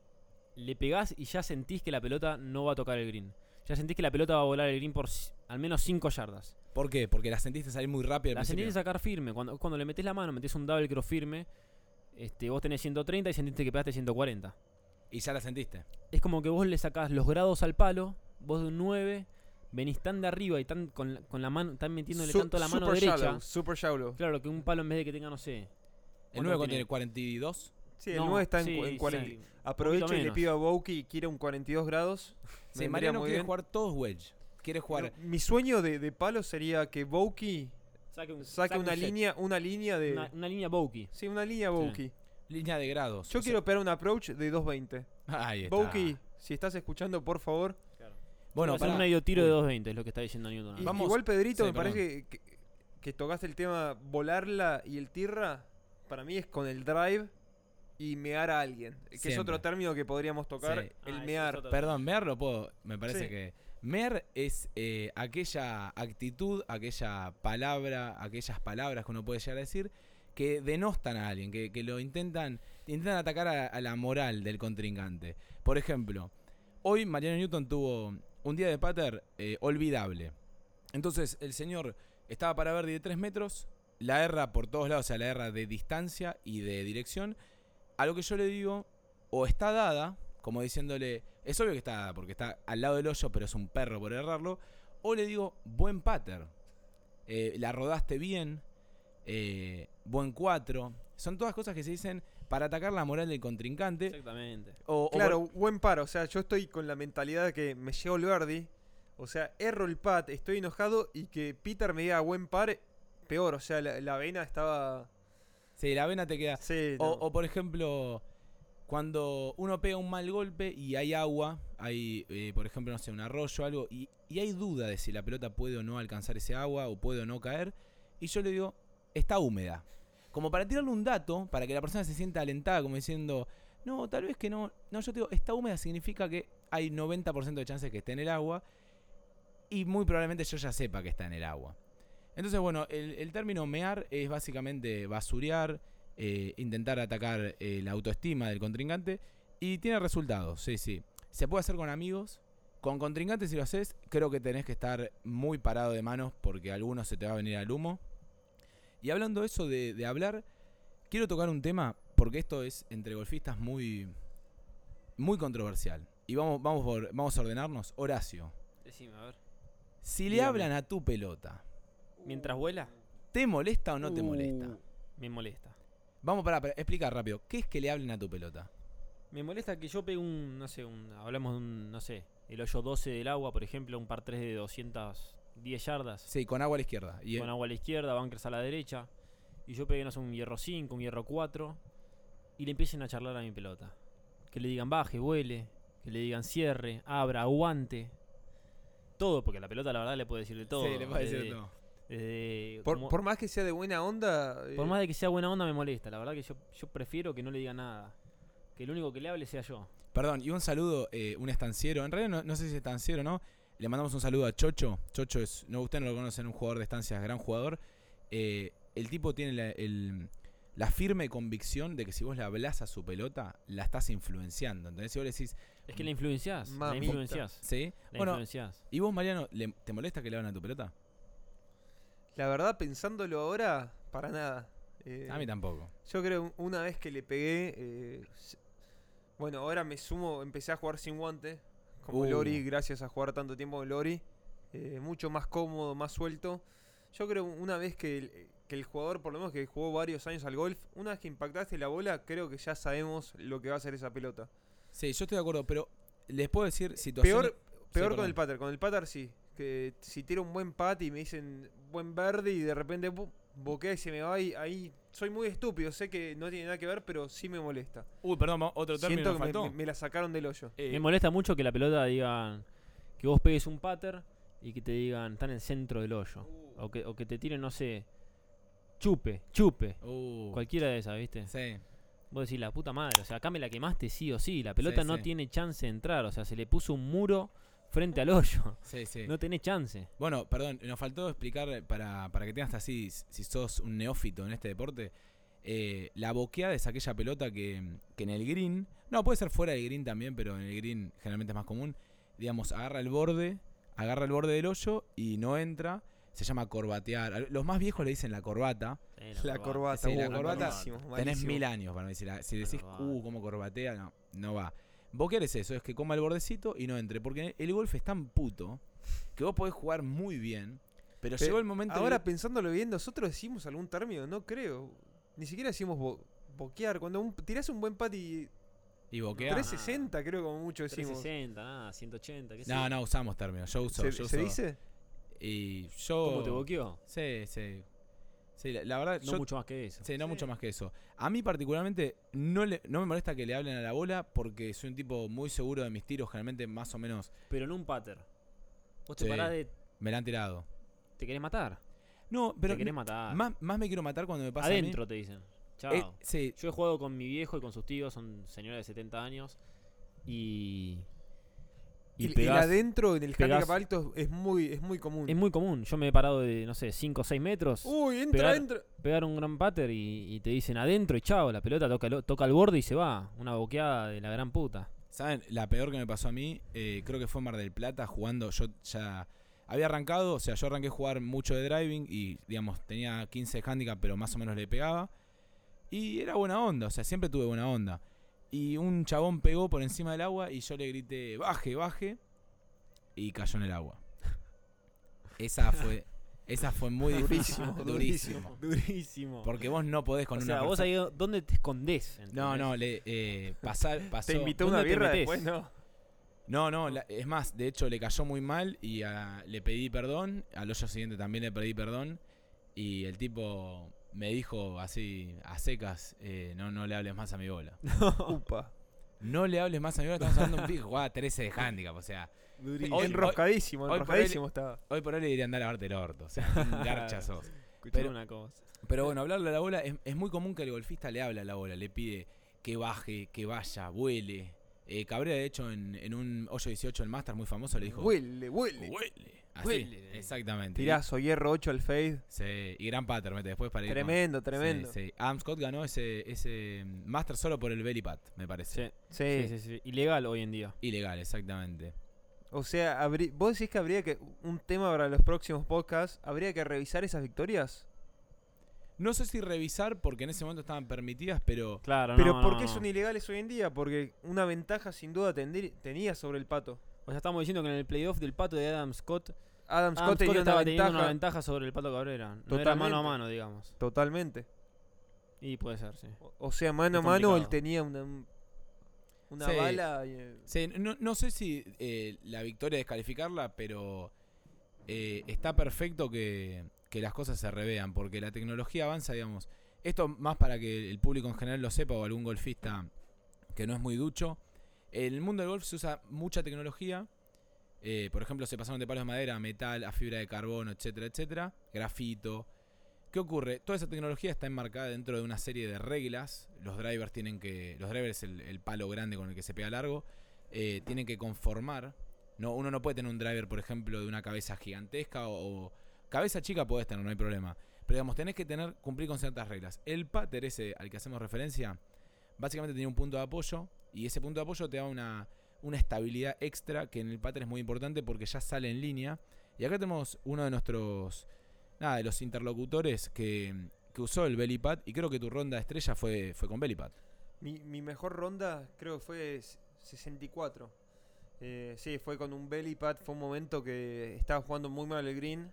Speaker 2: le pegás y ya sentís que la pelota no va a tocar el green. Ya sentís que la pelota va a volar el green por ci- al menos 5 yardas.
Speaker 1: ¿Por qué? Porque la sentiste salir muy rápido al
Speaker 2: La sentís
Speaker 1: principio.
Speaker 2: de sacar firme. Cuando, cuando le metés la mano, metés un double cross firme. Este, vos tenés 130 y sentiste que pegaste 140.
Speaker 1: Y ya la sentiste.
Speaker 2: Es como que vos le sacás los grados al palo, vos de un 9, venís tan de arriba y tan con la, con la mano, tan metiéndole
Speaker 3: Su-
Speaker 2: tanto a la mano
Speaker 3: super
Speaker 2: derecha.
Speaker 3: shallow, super shallow.
Speaker 2: Claro, que un palo en vez de que tenga, no
Speaker 1: El
Speaker 2: sé. ¿Cuánto
Speaker 1: 9
Speaker 2: tiene?
Speaker 1: contiene 42.
Speaker 3: Sí, el
Speaker 2: No,
Speaker 3: 9 está en,
Speaker 2: sí,
Speaker 3: cu- en
Speaker 2: sí.
Speaker 3: 40.
Speaker 2: Un
Speaker 3: Aprovecho
Speaker 2: poquito
Speaker 3: y le
Speaker 2: menos.
Speaker 3: pido a Bouki que quiera un 42 grados.
Speaker 1: Sí,
Speaker 3: vendría
Speaker 1: Mariano
Speaker 3: muy
Speaker 1: quiere
Speaker 3: bien.
Speaker 1: jugar todos wedge. Quiere jugar.
Speaker 3: Mi sueño de, de palo sería que Bouki
Speaker 2: Saque, un-
Speaker 3: saque
Speaker 2: saque
Speaker 3: una
Speaker 2: un set.
Speaker 3: línea, una línea de.
Speaker 2: Una, una línea bokeh.
Speaker 3: Sí, una línea Bouki.
Speaker 1: Línea de grados.
Speaker 3: Yo
Speaker 1: O sea-
Speaker 3: quiero pegar un approach de 220.
Speaker 1: Ahí está.
Speaker 3: Bouki, si estás escuchando, por favor.
Speaker 1: Bueno,
Speaker 2: Va a ser
Speaker 1: para.
Speaker 2: un medio tiro de
Speaker 1: Uy.
Speaker 2: 220, es lo que está diciendo Newton.
Speaker 3: Y-
Speaker 2: ahora.
Speaker 1: Vamos.
Speaker 3: Igual Pedrito,
Speaker 1: Sí,
Speaker 3: me parece que, que- que tocaste el tema volarla y el tirra. Para mí es con el drive y mear a alguien. Que es
Speaker 1: Siempre.
Speaker 3: otro término que podríamos tocar.
Speaker 1: Sí.
Speaker 2: Ah,
Speaker 3: El
Speaker 2: eso es
Speaker 3: mear.
Speaker 2: otro.
Speaker 1: Perdón, mear lo puedo. Me parece
Speaker 3: Sí.
Speaker 1: que. Mer es eh, aquella actitud, aquella palabra, aquellas palabras que uno puede llegar a decir que denostan a alguien, que, que lo intentan, intentan atacar a, a la moral del contrincante. Por ejemplo, hoy Mariano Newton tuvo un día de pater eh, olvidable. Entonces el señor estaba para ver de 3 metros, la erra por todos lados, o sea, la erra de distancia y de dirección. A lo que yo le digo, o está dada, como diciéndole, es obvio que está dada porque está al lado del hoyo, pero es un perro por errarlo, o le digo, buen pater, eh, la rodaste bien, eh, buen 4. Son todas cosas que se dicen para atacar la moral del contrincante.
Speaker 2: Exactamente.
Speaker 1: O, o
Speaker 3: Claro, buen paro. O sea, yo estoy con la mentalidad de que me llevo el verdi. O sea, erro el pat, estoy enojado y que Peter me diga buen par, peor. O sea, la, la vena estaba.
Speaker 1: por- sí, la vena te queda.
Speaker 3: Sí, no.
Speaker 1: O, o, por ejemplo, Cuando uno pega un mal golpe y hay agua, hay, eh, por ejemplo, no sé, un arroyo o algo, y, y hay duda de si la pelota puede o no alcanzar ese agua o puede o no caer, y yo le digo, está húmeda. Como para tirarle un dato, para que la persona se sienta alentada, como diciendo, no, tal vez que no. No, yo te digo, está húmeda significa que hay 90% de chances que esté en el agua, y muy probablemente yo ya sepa que está en el agua. Entonces, bueno, el, el término mear es básicamente basurear, eh, intentar atacar eh, la autoestima del contrincante y tiene resultados, sí, sí. Se puede hacer con amigos, con contrincantes si lo haces, creo que tenés que estar muy parado de manos porque algunos se te va a venir al humo. Y hablando eso de, de hablar, quiero tocar un tema porque esto es entre golfistas muy, muy controversial. Y vamos, vamos, por- vamos a ordenarnos. Horacio,
Speaker 2: Decime, a ver.
Speaker 1: si le
Speaker 2: Dígame.
Speaker 1: hablan a tu pelota,
Speaker 2: Mientras vuela,
Speaker 1: ¿te molesta o no te molesta?
Speaker 2: me molesta.
Speaker 1: Vamos para, explicar rápido. ¿Qué es que le hablen a tu pelota?
Speaker 2: Me molesta que yo pegue un, no sé, un, hablamos de un, no sé, el hoyo 12 del agua, por ejemplo, un par 3 de 210 yardas.
Speaker 1: Sí, con agua a la izquierda. Y
Speaker 2: con agua a la izquierda, bunkers a la derecha. Y yo pegué, no sé, un hierro 5, un hierro 4. Y le empiecen a charlar a mi pelota. Que le digan baje, vuele. Que le digan cierre, abra, aguante. Todo, porque la pelota la verdad le puede decir de todo.
Speaker 1: Sí, le puede decir
Speaker 2: desde-
Speaker 1: todo.
Speaker 2: desde
Speaker 3: Por,
Speaker 2: como-
Speaker 3: por más que sea de buena onda. eh,
Speaker 2: por más de que sea buena onda me molesta. La verdad que yo, yo prefiero que no le diga nada. Que el único que le hable sea yo.
Speaker 1: Perdón, y un saludo, eh, un estanciero. En realidad no, no sé si es estanciero o no. Le mandamos un saludo a Chocho. Chocho es, no, ustedes no lo conocen, un jugador de estancias, gran jugador. Eh, el tipo tiene la, el- la firme convicción de que si vos le hablás a su pelota, la estás influenciando. ¿Entendés? Si vos le decís,
Speaker 2: Es que la influenciás.
Speaker 3: Mamita.
Speaker 2: La influenciás.
Speaker 1: ¿sí? Mm.
Speaker 2: La
Speaker 1: bueno,
Speaker 2: influenciás.
Speaker 1: ¿y vos, Mariano, le- te molesta que le hablen a tu pelota?
Speaker 3: La verdad, pensándolo ahora, para nada. Eh,
Speaker 1: A mí tampoco.
Speaker 3: Yo creo un- una vez que le pegué. eh, s- bueno, ahora me sumo, empecé a jugar sin guante. Como
Speaker 1: Uh.
Speaker 3: Lori, gracias a jugar tanto tiempo con Lori. eh, mucho más cómodo, más suelto. Yo creo una vez que el, que el jugador, por lo menos que jugó varios años al golf, una vez que impactaste la bola, creo que ya sabemos lo que va a hacer esa pelota.
Speaker 1: Sí, yo estoy de acuerdo, pero les puedo decir situaciones.
Speaker 3: Peor, peor con
Speaker 1: perdón.
Speaker 3: el pater, con el pater sí. Que si tiro un buen pat y me dicen buen verde y de repente bu- boquea y se me va y ahí soy muy estúpido, sé que no tiene nada que ver, pero sí me molesta.
Speaker 1: Uy, perdón, mo- otro término
Speaker 3: Siento
Speaker 1: nos
Speaker 3: que me-
Speaker 1: faltó.
Speaker 3: me, me la sacaron del hoyo.
Speaker 1: Eh,
Speaker 2: Me molesta mucho que la pelota digan que vos pegues un pater y que te digan están en el centro del hoyo.
Speaker 1: Uh.
Speaker 2: O que, o que te tiren, no sé, chupe, chupe.
Speaker 1: uh,
Speaker 2: Cualquiera de esas, ¿viste?
Speaker 1: sí.
Speaker 2: Vos decís, la puta madre, o sea, acá me la quemaste sí o sí. La pelota
Speaker 1: Sí,
Speaker 2: no
Speaker 1: sí.
Speaker 2: tiene chance de entrar, o sea, se le puso un muro frente al hoyo.
Speaker 1: Sí, sí.
Speaker 2: No tenés chance.
Speaker 1: Bueno, perdón, nos faltó explicar eh, para, para que tengas así, s- si sos un neófito en este deporte, eh, la boqueada es aquella pelota que, que en el green, no, puede ser fuera del green también, pero en el green generalmente es más común, digamos, agarra el borde, agarra el borde del hoyo y no entra, se llama corbatear. A Los más viejos le dicen la corbata,
Speaker 2: Eh,
Speaker 3: La corbata,
Speaker 1: Sí, la
Speaker 3: uh,
Speaker 1: corbata.
Speaker 3: malísimo,
Speaker 1: tenés
Speaker 3: malísimo.
Speaker 1: mil años para mí, si, la- si
Speaker 2: La
Speaker 1: decís,
Speaker 2: corbata.
Speaker 1: uh, cómo corbatea, no, no va. Boquear es eso, es que coma el bordecito y no entre, porque el golf es tan puto que vos podés jugar muy bien. Pero,
Speaker 3: Pero
Speaker 1: llegó el momento en el-
Speaker 3: Ahora pensándolo bien, nosotros decimos algún término, no creo. Ni siquiera decimos bo- boquear. Cuando un, tirás un buen pat y
Speaker 1: ¿Y boquea?
Speaker 2: Ah. Tres-
Speaker 3: 360, creo como mucho decimos.
Speaker 2: 360, nada, 180, qué sé
Speaker 1: No,
Speaker 2: yo.
Speaker 1: no usamos términos. Yo uso.
Speaker 3: ¿Se,
Speaker 1: yo
Speaker 3: se
Speaker 1: uso-
Speaker 3: dice?
Speaker 1: Y yo.
Speaker 2: ¿Cómo te boqueó?
Speaker 1: Sí, sí. Sí, la, la verdad.
Speaker 2: No
Speaker 1: yo-
Speaker 2: mucho más que eso.
Speaker 1: sí, no
Speaker 3: Sí.
Speaker 1: mucho más que eso. A mí, particularmente, no, le- no me molesta que le hablen a la bola porque soy un tipo muy seguro de mis tiros. Generalmente, más o menos,
Speaker 2: Pero en un pater. Vos te
Speaker 1: Sí.
Speaker 2: parás de.
Speaker 1: me la han tirado.
Speaker 2: Te querés matar.
Speaker 1: No, pero.
Speaker 2: te querés matar.
Speaker 1: Más, más me quiero matar cuando me pasa. a mí.
Speaker 2: Adentro te dicen. Chao.
Speaker 1: Eh, sí,
Speaker 2: Yo he jugado con mi viejo y con sus tíos, son señores de 70 años. Y.
Speaker 3: Y,
Speaker 2: Y,
Speaker 3: el- el
Speaker 2: pegás-
Speaker 3: adentro en el
Speaker 2: pegás-
Speaker 3: handicap alto es muy, es muy común.
Speaker 2: Es muy común. Yo me he parado de, no sé, 5 o 6 metros,
Speaker 1: Uh.
Speaker 3: Uy, entra,
Speaker 2: pegar-
Speaker 3: entra.
Speaker 2: pegar un gran pater y, y te dicen adentro y chao, la pelota toca, el- toca el borde y se va. Una boqueada de la gran puta.
Speaker 1: ¿Saben? La peor que me pasó a mí, eh, creo que fue en Mar del Plata jugando. Yo ya había arrancado, o sea, yo arranqué a jugar mucho de driving y, digamos, tenía 15 de handicap, pero más o menos le pegaba. Y era buena onda, o sea, siempre tuve buena onda. Y un chabón pegó por encima del agua y yo le grité, baje, baje. Y cayó en el agua. Esa fue, esa fue muy difícil.
Speaker 3: Durísimo,
Speaker 1: durísimo.
Speaker 2: Durísimo.
Speaker 1: Porque vos no podés
Speaker 2: o
Speaker 1: con una
Speaker 2: sea, vos
Speaker 1: persona-
Speaker 2: ahí, ¿dónde te escondés?
Speaker 1: No,
Speaker 2: ¿entendés?
Speaker 1: no, le, eh, pasar, pasó.
Speaker 3: Te invitó
Speaker 2: ¿dónde
Speaker 3: una
Speaker 2: te
Speaker 3: birra
Speaker 2: metés?
Speaker 3: después, no.
Speaker 1: No, no, la- es más, de hecho le cayó muy mal y ah, le pedí perdón, al hoyo siguiente también le pedí perdón y el tipo me dijo así a secas, eh, no, no le hables más a mi bola.
Speaker 3: Upa.
Speaker 1: no le hables más a mi hora, estamos hablando de un pico que jugaba 13 de handicap, o sea,
Speaker 3: Durísimo.
Speaker 1: Hoy-
Speaker 3: enroscadísimo,
Speaker 1: hoy- hoy por
Speaker 3: enroscadísimo estaba.
Speaker 1: hoy por hoy le diría andar a lavarte el orto, o sea, un garcha sos.
Speaker 2: Escuchame
Speaker 1: Pero-
Speaker 2: una cosa.
Speaker 1: Pero bueno, hablarle a la bola, es, es muy común que el golfista le hable a la bola, le pide que baje, que vaya, vuele. Eh, Cabrera, de hecho, en, en un hoyo 18 el Master muy famoso le dijo...
Speaker 3: Huele, huele.
Speaker 1: Huele. Así,
Speaker 2: Huele.
Speaker 1: Exactamente.
Speaker 3: Tirazo, hierro 8 al fade.
Speaker 1: Sí, y gran pattern, mete después para ir con-
Speaker 3: Tremendo, tremendo.
Speaker 1: Sí, sí. Adam Scott ganó ese, ese mm, Master solo por el belly pat, me parece.
Speaker 2: Sí, sí, sí, sí. Ilegal hoy en día.
Speaker 1: Ilegal, exactamente.
Speaker 3: O sea, habrí- vos decís que habría que. Un tema para los próximos podcasts. ¿Habría que revisar esas victorias?
Speaker 1: No sé si revisar porque en ese momento estaban permitidas, pero
Speaker 2: Claro,
Speaker 3: Pero
Speaker 2: no,
Speaker 3: ¿por
Speaker 2: no,
Speaker 3: qué
Speaker 2: no.
Speaker 3: son ilegales hoy en día? Porque una ventaja sin duda tendrí- tenía sobre el pato.
Speaker 2: O sea, estamos diciendo que en el playoff del pato de Adam Scott, Adam
Speaker 3: Adam Scott
Speaker 2: Ah, Scott
Speaker 3: tenía una
Speaker 2: estaba teniendo una
Speaker 3: ventaja.
Speaker 2: ventaja sobre el pato Cabrera. No era
Speaker 3: Totalmente.
Speaker 2: mano a mano, digamos.
Speaker 3: Totalmente.
Speaker 2: Y puede ser, sí.
Speaker 3: O- O sea, mano a
Speaker 2: Es
Speaker 3: mano él
Speaker 2: complicado.
Speaker 3: tenía una, un- una
Speaker 1: Sí.
Speaker 3: bala. eh,
Speaker 1: sí, no, no sé si eh, la victoria descalificarla, pero eh, está perfecto que, que las cosas se revean, porque la tecnología avanza, digamos. Esto más para que el público en general lo sepa o algún golfista que no es muy ducho. En el mundo del golf se usa mucha tecnología. Eh, por ejemplo, se pasaron de palos de madera a metal, a fibra de carbono, etcétera, etcétera. Grafito. ¿Qué ocurre? Toda esa tecnología está enmarcada dentro de una serie de reglas. Los drivers tienen que. Los drivers, el, el palo grande con el que se pega largo, eh, tienen que conformar. No, uno no puede tener un driver, por ejemplo, de una cabeza gigantesca o. o- cabeza chica puedes tener, no hay problema. Pero digamos, tenés que tener, cumplir con ciertas reglas. El pater ese al que hacemos referencia, básicamente tenía un punto de apoyo. Y ese punto de apoyo te da una, una estabilidad extra que en el pater es muy importante porque ya sale en línea. Y acá tenemos uno de nuestros nada, de los interlocutores que, que usó el belly pad y creo que tu ronda estrella fue, fue con belly pad.
Speaker 3: Mi, mi mejor ronda creo que fue s- 64. Eh, sí, fue con un belly pad. Fue un momento que estaba jugando muy mal el green.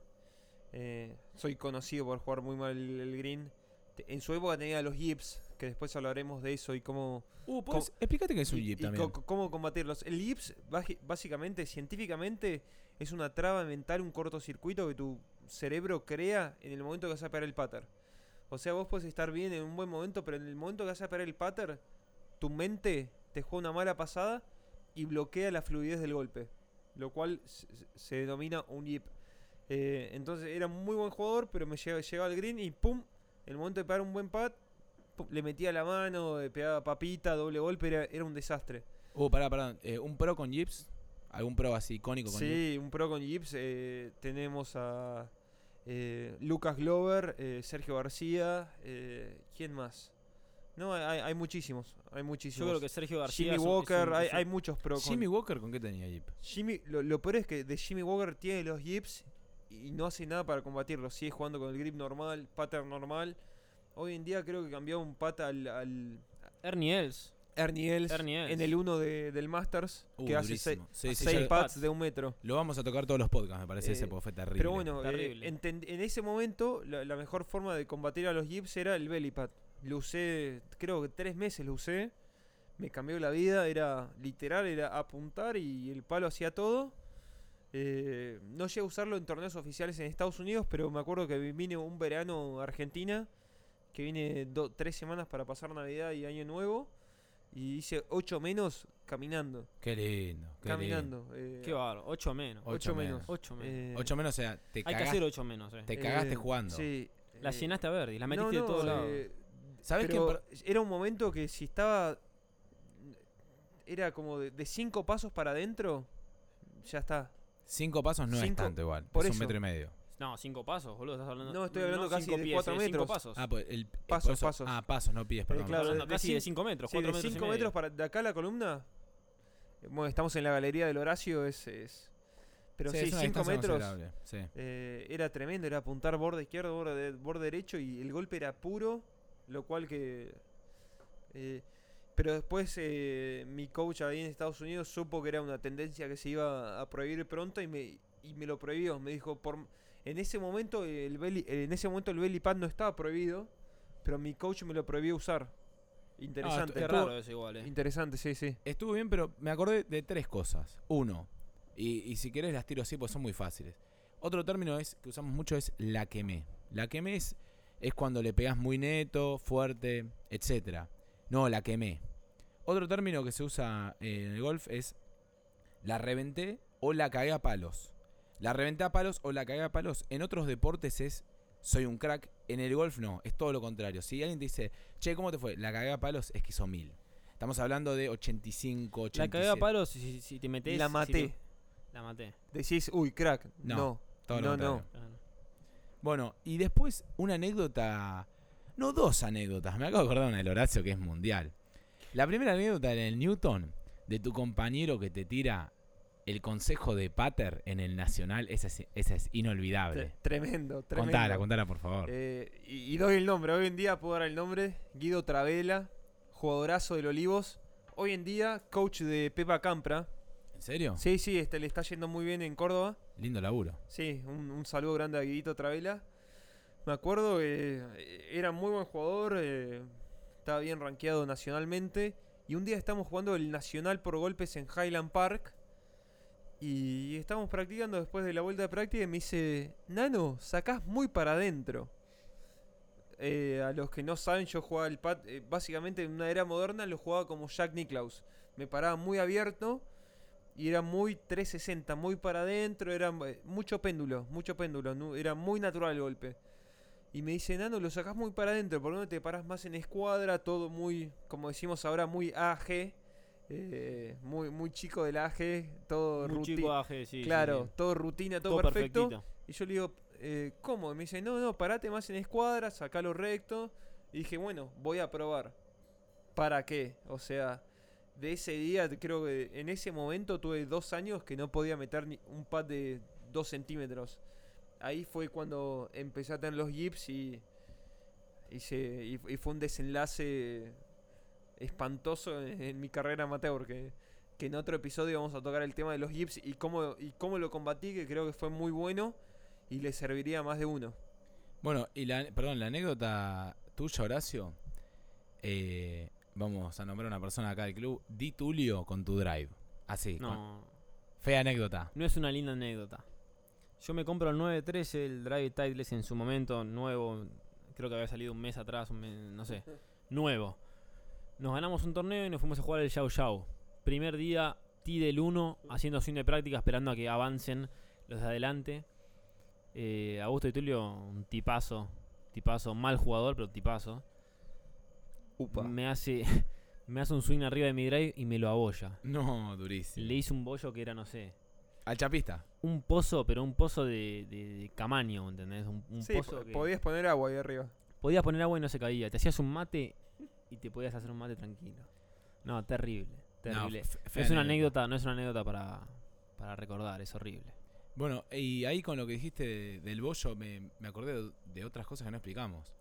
Speaker 3: Eh, soy conocido por jugar muy mal el, el green. Te- En su época tenía los yips, que después hablaremos de eso y cómo,
Speaker 1: Uh, ¿podés- explícate que es un
Speaker 3: y-
Speaker 1: jeep
Speaker 3: y
Speaker 1: también.
Speaker 3: co- cómo combatirlos. El yips, baji- básicamente, científicamente, es una traba mental, un cortocircuito que tu cerebro crea en el momento que vas a pegar el pattern. O sea, vos puedes estar bien en un buen momento, pero en el momento que vas a pegar el pattern, tu mente te juega una mala pasada y bloquea la fluidez del golpe. Lo cual se, se denomina un yip. Eh, entonces era un muy buen jugador, pero me llegaba, llegaba al green y pum, en el momento de pegar un buen pat, pum, le metía la mano, eh, pegaba papita, doble golpe, era, era un desastre.
Speaker 1: Uh, pará, pará. eh, ¿Un pro con jeeps? ¿Algún pro así icónico con jeep?
Speaker 3: Sí, un pro con yips. eh, tenemos a eh, Lucas Glover, eh, Sergio García, eh, ¿quién más? No, hay, hay muchísimos, hay
Speaker 2: Yo
Speaker 3: muchísimos.
Speaker 2: creo que Sergio García.
Speaker 3: Jimmy
Speaker 2: es un- es
Speaker 3: Walker,
Speaker 2: un-
Speaker 3: hay,
Speaker 2: es un-
Speaker 3: hay muchos pro con
Speaker 1: ¿Jimmy Walker con qué tenía jeep?
Speaker 3: Jimmy, lo, lo peor es que de Jimmy Walker tiene los yips y no hace nada para combatirlo. Sigue jugando con el grip normal, pattern normal. Hoy en día creo que cambió un pata al, al
Speaker 2: Ernie Els.
Speaker 3: Ernie Els
Speaker 2: Ernie Els.
Speaker 3: en el 1 de, del Masters,
Speaker 1: Uh,
Speaker 3: que hace
Speaker 1: durísimo.
Speaker 3: 6
Speaker 1: Sí, sí, ya-
Speaker 2: seis-
Speaker 3: pats de un metro.
Speaker 1: Lo vamos a tocar todos los podcasts, me parece ese,
Speaker 3: Eh,
Speaker 1: porque fue terrible.
Speaker 3: Pero bueno, eh,
Speaker 2: Terrible.
Speaker 3: enten- en ese momento la, la mejor forma de combatir a los yips era el belly pad. Lo usé, creo que tres meses lo usé. Me cambió la vida, era literal, era apuntar y el palo hacía todo. Eh, no llegué a usarlo en torneos oficiales en Estados Unidos, pero me acuerdo que vi- vine un verano a Argentina, que vine do- tres semanas para pasar Navidad y Año Nuevo, y hice ocho menos caminando.
Speaker 1: Qué lindo. Qué lindo.
Speaker 3: caminando. eh,
Speaker 2: Qué bárbaro. 8 menos.
Speaker 1: Ocho
Speaker 3: ocho
Speaker 1: menos.
Speaker 3: menos.
Speaker 2: 8 menos.
Speaker 3: Eh,
Speaker 1: Ocho menos, o sea, te
Speaker 2: hay que
Speaker 1: cagaste,
Speaker 2: hacer 8 menos. eh.
Speaker 1: te cagaste
Speaker 3: eh,
Speaker 1: jugando.
Speaker 3: sí,
Speaker 2: La
Speaker 3: eh,
Speaker 2: llenaste a Verdi, la metiste
Speaker 3: no,
Speaker 2: de
Speaker 3: no,
Speaker 2: todos lados.
Speaker 3: eh,
Speaker 1: ¿Sabés
Speaker 3: pero
Speaker 1: quién per-
Speaker 3: Era un momento que si estaba. Era como de, de cinco pasos para adentro, ya está.
Speaker 1: Cinco pasos no es
Speaker 3: Cinco-
Speaker 1: tanto igual.
Speaker 3: por
Speaker 1: es un
Speaker 3: eso.
Speaker 1: metro y medio.
Speaker 2: No, 5 pasos, boludo. Estás hablando.
Speaker 3: No, estoy hablando casi
Speaker 2: cinco
Speaker 3: de
Speaker 2: pies,
Speaker 3: cuatro
Speaker 2: eh, cinco
Speaker 3: metros.
Speaker 2: pasos.
Speaker 1: Ah, pues el. eh, por
Speaker 3: Pasos,
Speaker 1: eso-
Speaker 3: pasos. Eh,
Speaker 1: Ah, claro, no pides, perdón.
Speaker 3: claro,
Speaker 2: Estamos hablando
Speaker 3: de- de
Speaker 2: casi de
Speaker 3: cin-
Speaker 2: 5 metros,
Speaker 3: Sí,
Speaker 2: 4
Speaker 3: de
Speaker 2: metros. y
Speaker 3: cinco
Speaker 2: medio.
Speaker 3: metros para, de acá a la columna. eh, Bueno, estamos en la galería del Horacio, es. es- pero sí,
Speaker 1: es una
Speaker 3: cinco
Speaker 1: distancia
Speaker 3: metros.
Speaker 1: considerable, Sí.
Speaker 3: eh, era tremendo, era apuntar borde izquierdo, borde, de- borde derecho y el golpe era puro, lo cual que... eh, pero después eh, mi coach ahí en Estados Unidos supo que era una tendencia que se iba a prohibir pronto y me, y me lo prohibió. Me dijo, por, en, ese momento el belly, en ese momento el belly pad no estaba prohibido, pero mi coach me lo prohibió usar. Interesante.
Speaker 2: Ah, Qué
Speaker 1: Ah, Estuvo-
Speaker 2: raro eso igual, eh.
Speaker 3: Interesante, sí, sí.
Speaker 1: Estuvo bien, pero me acordé de tres cosas. Uno, y, y si querés las tiro así porque son muy fáciles. Otro término es que usamos mucho es la quemé. La quemé es, es cuando le pegás muy neto, fuerte, etcétera. No, la quemé. Otro término que se usa eh, en el golf es la reventé o la cagué a palos. La reventé a palos o la cagué a palos. En otros deportes es soy un crack. En el golf no, es todo lo contrario. Si alguien te dice, che, ¿cómo te fue? La cagué a palos es que hizo mil. Estamos hablando de 85, 87.
Speaker 2: La cagué a palos si, si- si te metes.
Speaker 3: La maté.
Speaker 2: la maté.
Speaker 3: Decís, uy, crack.
Speaker 1: No.
Speaker 3: No.
Speaker 1: Todo lo
Speaker 3: No,
Speaker 1: contrario.
Speaker 3: no.
Speaker 2: claro.
Speaker 1: Bueno, y después una anécdota. No, dos anécdotas. Me acabo de acordar una del Horacio que es mundial. La primera anécdota en el Newton de tu compañero que te tira el consejo de Pater en el Nacional. Esa es, esa es inolvidable.
Speaker 3: Tre- Tremendo, tremendo.
Speaker 1: Contala, contala, por favor.
Speaker 3: Eh, y, y doy el nombre, hoy en día puedo dar el nombre. Guido Travela, jugadorazo del Olivos. Hoy en día, coach de Pepa Campra.
Speaker 1: ¿En serio?
Speaker 3: Sí, sí, este, le está yendo muy bien en Córdoba.
Speaker 1: Lindo laburo.
Speaker 3: Sí, un, un saludo grande a Guidito Travela. Me acuerdo que eh, era muy buen jugador, eh, estaba bien rankeado nacionalmente. Y un día estamos jugando el Nacional por golpes en Highland Park. Y estábamos practicando después de la vuelta de práctica y me dice, Nano, sacás muy para adentro. Eh, a los que no saben, yo jugaba el pat, eh, básicamente en una era moderna lo jugaba como Jack Nicklaus. Me paraba muy abierto y era muy 360, muy para adentro, era eh, mucho péndulo, mucho péndulo, nu- era muy natural el golpe. Y me dice, Nano, lo sacás muy para adentro, ¿por qué no te parás más en escuadra? Todo muy, como decimos ahora, muy AG, eh, muy, muy chico del AG, todo
Speaker 2: Muy
Speaker 3: ruti-
Speaker 2: chico AG, sí, sí,
Speaker 3: Claro,
Speaker 2: sí.
Speaker 3: todo rutina, todo,
Speaker 2: Todo
Speaker 3: perfecto.
Speaker 2: perfectito.
Speaker 3: Y yo le digo, eh, ¿cómo? Y me dice, no, no, parate más en escuadra, sacalo recto. Y dije, bueno, voy a probar. ¿Para qué? O sea, de ese día, creo que en ese momento tuve dos años que no podía meter ni un pad de dos centímetros. Ahí fue cuando empecé a tener los yips y, y, se, y, y fue un desenlace espantoso en, en mi carrera amateur. Que, que en otro episodio vamos a tocar el tema de los yips y cómo, y cómo lo combatí, que creo que fue muy bueno y le serviría a más de uno.
Speaker 1: Bueno, y la, perdón, la anécdota tuya, Horacio. eh, vamos a nombrar a una persona acá del club. Di Tulio con tu drive. Así. con-
Speaker 2: No,
Speaker 1: Fea anécdota.
Speaker 2: no es una linda anécdota. Yo me compro el 913, el Drive Titles en su momento, nuevo. Creo que había salido un mes atrás, un mes- no sé. Nuevo. Nos ganamos un torneo y nos fuimos a jugar el Yao Yao. Primer día, T del 1, haciendo swing de práctica, esperando a que avancen los de adelante. Eh, Augusto y Tulio, un tipazo. Tipazo, mal jugador, pero tipazo.
Speaker 3: Upa.
Speaker 2: Me hace, me hace un swing arriba de mi drive y me lo abolla.
Speaker 1: No, durísimo.
Speaker 2: Le hice un bollo que era, no sé,
Speaker 1: Al chapista.
Speaker 2: un pozo, pero un pozo de, de- de camaño, ¿entendés? Un, un
Speaker 3: sí,
Speaker 2: pozo
Speaker 3: po-
Speaker 2: que
Speaker 3: podías poner agua ahí arriba.
Speaker 2: podías poner agua y no se caía. Te hacías un mate y te podías hacer un mate tranquilo. No, terrible, terrible.
Speaker 1: fe- fea
Speaker 2: es una anécdota, no es una anécdota para, para recordar, es horrible.
Speaker 1: Bueno, y ahí con lo que dijiste de- del bollo, me, me acordé de, de otras cosas que no explicamos.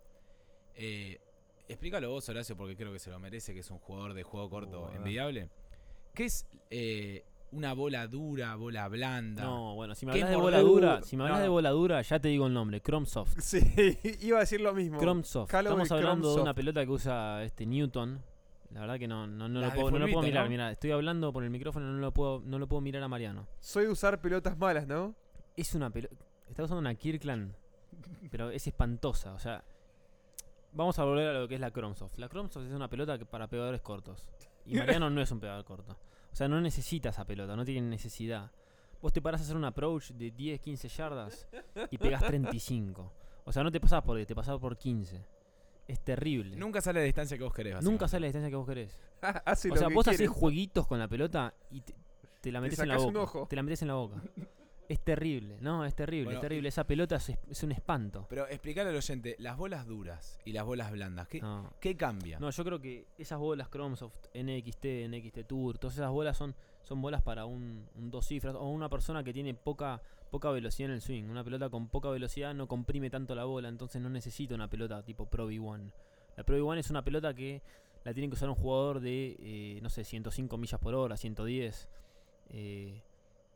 Speaker 1: Eh, explícalo vos, Horacio, porque creo que se lo merece, que es un jugador de juego corto
Speaker 2: Uh, a ver.
Speaker 1: envidiable. ¿Qué es eh, una bola dura, bola blanda?
Speaker 2: No, bueno, si me
Speaker 1: Qué
Speaker 2: hablas de bola
Speaker 1: mordedura.
Speaker 2: dura, si me hablas
Speaker 1: No,
Speaker 2: de
Speaker 1: no.
Speaker 2: bola dura, ya te digo el nombre, Cromsoft.
Speaker 3: Sí, iba a decir lo mismo.
Speaker 2: Cromsoft.
Speaker 3: Callaway
Speaker 2: Estamos hablando de una
Speaker 3: Cromsoft.
Speaker 2: pelota que usa este Newton. La verdad que no, no, no
Speaker 1: La
Speaker 2: lo
Speaker 1: de
Speaker 2: puedo, no lo puedo
Speaker 1: fulbito,
Speaker 2: mirar,
Speaker 1: ¿no?
Speaker 2: mirá, estoy hablando por el micrófono, no lo puedo, no lo puedo mirar a Mariano.
Speaker 3: Soy de usar pelotas malas, ¿no?
Speaker 2: Es una pelota. Está usando una Kirkland. Pero es espantosa. O sea. Vamos a volver a lo que es la Cromsoft. La Cromsoft es una pelota que para pegadores cortos. Y Mariano no es un pegador corto. O sea, no necesita esa pelota, no tiene necesidad. Vos te parás a hacer un approach de 10, 15 yardas y pegás 35. O sea, no te pasás por 10, te pasás por 15. Es terrible. Nunca,
Speaker 1: Nunca sale a la distancia que vos querés.
Speaker 2: sale la distancia que vos querés.
Speaker 3: Hace
Speaker 2: o
Speaker 3: lo
Speaker 2: sea,
Speaker 3: que
Speaker 2: vos
Speaker 3: quiere.
Speaker 2: haces jueguitos con la pelota y te, te la
Speaker 3: Te
Speaker 2: metes en la
Speaker 3: sacás un
Speaker 2: boca.
Speaker 3: ojo.
Speaker 2: Te la metes en la boca. Es terrible, no, es terrible,
Speaker 1: Bueno,
Speaker 2: es terrible. Esa pelota es, es un espanto.
Speaker 1: Pero explicar al oyente, las bolas duras y las bolas blandas, ¿qué,
Speaker 2: No.
Speaker 1: qué cambia?
Speaker 2: No, yo creo que esas bolas Cromsoft, NXT, NXT Tour, todas esas bolas son, son bolas para un, un dos cifras o una persona que tiene poca, poca velocidad en el swing. Una pelota con poca velocidad no comprime tanto la bola, entonces no necesita una pelota tipo Pro V1. La Pro V1 es una pelota que la tiene que usar un jugador de, eh, no sé, 105 millas por hora, 110. eh,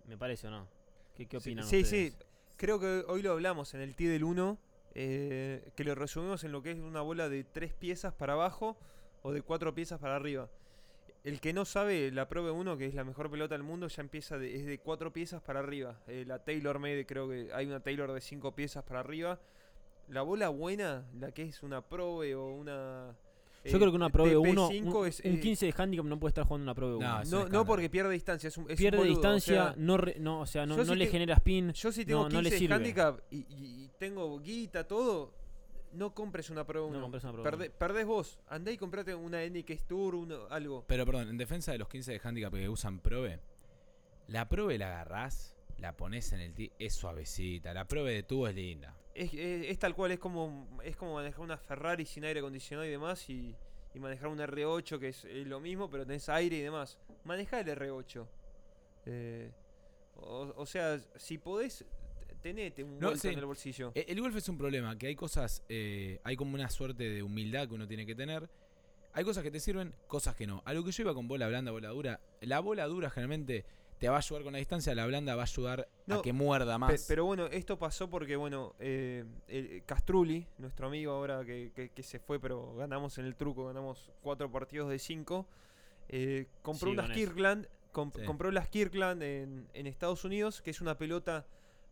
Speaker 2: me parece, ¿o no? ¿Qué, qué
Speaker 3: Sí,
Speaker 2: opinan
Speaker 3: sí,
Speaker 2: ustedes?
Speaker 3: sí. Creo que hoy lo hablamos en el T del 1, eh, que lo resumimos en lo que es una bola de tres piezas para abajo o de cuatro piezas para arriba. El que no sabe, la Probe 1, que es la mejor pelota del mundo, ya empieza de, es de cuatro piezas para arriba. Eh, la Taylor Made, creo que hay una Taylor de cinco piezas para arriba. La bola buena, la que es una Probe o una
Speaker 2: Yo creo que una Pro
Speaker 3: Eh, de
Speaker 2: de 1,
Speaker 3: P5
Speaker 2: un,
Speaker 3: es,
Speaker 2: un
Speaker 3: eh,
Speaker 2: 15 de handicap no puede estar jugando una Pro de 1.
Speaker 1: No, es un
Speaker 3: No, no
Speaker 1: escándalo.
Speaker 3: porque pierde distancia. Es un, es un
Speaker 2: Pierde
Speaker 3: boludo, o
Speaker 2: distancia,
Speaker 3: sea,
Speaker 2: no, re- no, o sea, no,
Speaker 3: yo
Speaker 2: no
Speaker 3: sí
Speaker 2: le
Speaker 3: te-
Speaker 2: genera spin.
Speaker 3: Yo si tengo
Speaker 2: no,
Speaker 3: 15
Speaker 2: no le sirve.
Speaker 3: handicap y, y- y tengo guita, todo, no compres una Pro 1.
Speaker 2: No compres una Pro
Speaker 3: Perde-
Speaker 2: 1.
Speaker 3: perdés vos. Andá y comprate una NX Tour, uno- algo.
Speaker 1: Pero perdón, en defensa de los 15 de handicap que usan Probe, la Probe la agarrás, la pones en el ti, es suavecita. La Probe de tubo es linda.
Speaker 3: Es, es- es tal cual, es como, es como manejar una Ferrari sin aire acondicionado y demás y, y manejar un R8 que es eh, lo mismo, pero tenés aire y demás. Manejá el R8. Eh, o, o sea, si podés, t- tenete un
Speaker 1: No,
Speaker 3: bolso
Speaker 1: sí.
Speaker 3: en el bolsillo.
Speaker 1: E- El golf es un problema, que hay cosas, eh, hay como una suerte de humildad que uno tiene que tener. Hay cosas que te sirven, cosas que no. A lo que yo iba con bola blanda, bola dura, la bola dura generalmente te va a ayudar con la distancia, la blanda va a ayudar a
Speaker 3: No,
Speaker 1: que muerda más.
Speaker 3: Pe- pero bueno, esto pasó porque, bueno, eh, el- Castrulli, nuestro amigo ahora que, que- que se fue, pero ganamos en el truco, ganamos cuatro partidos de cinco, eh, compró
Speaker 2: Sí,
Speaker 3: unas
Speaker 2: con eso.
Speaker 3: Kirkland, comp-
Speaker 1: Sí.
Speaker 3: compró las Kirkland en, en Estados Unidos, que es una pelota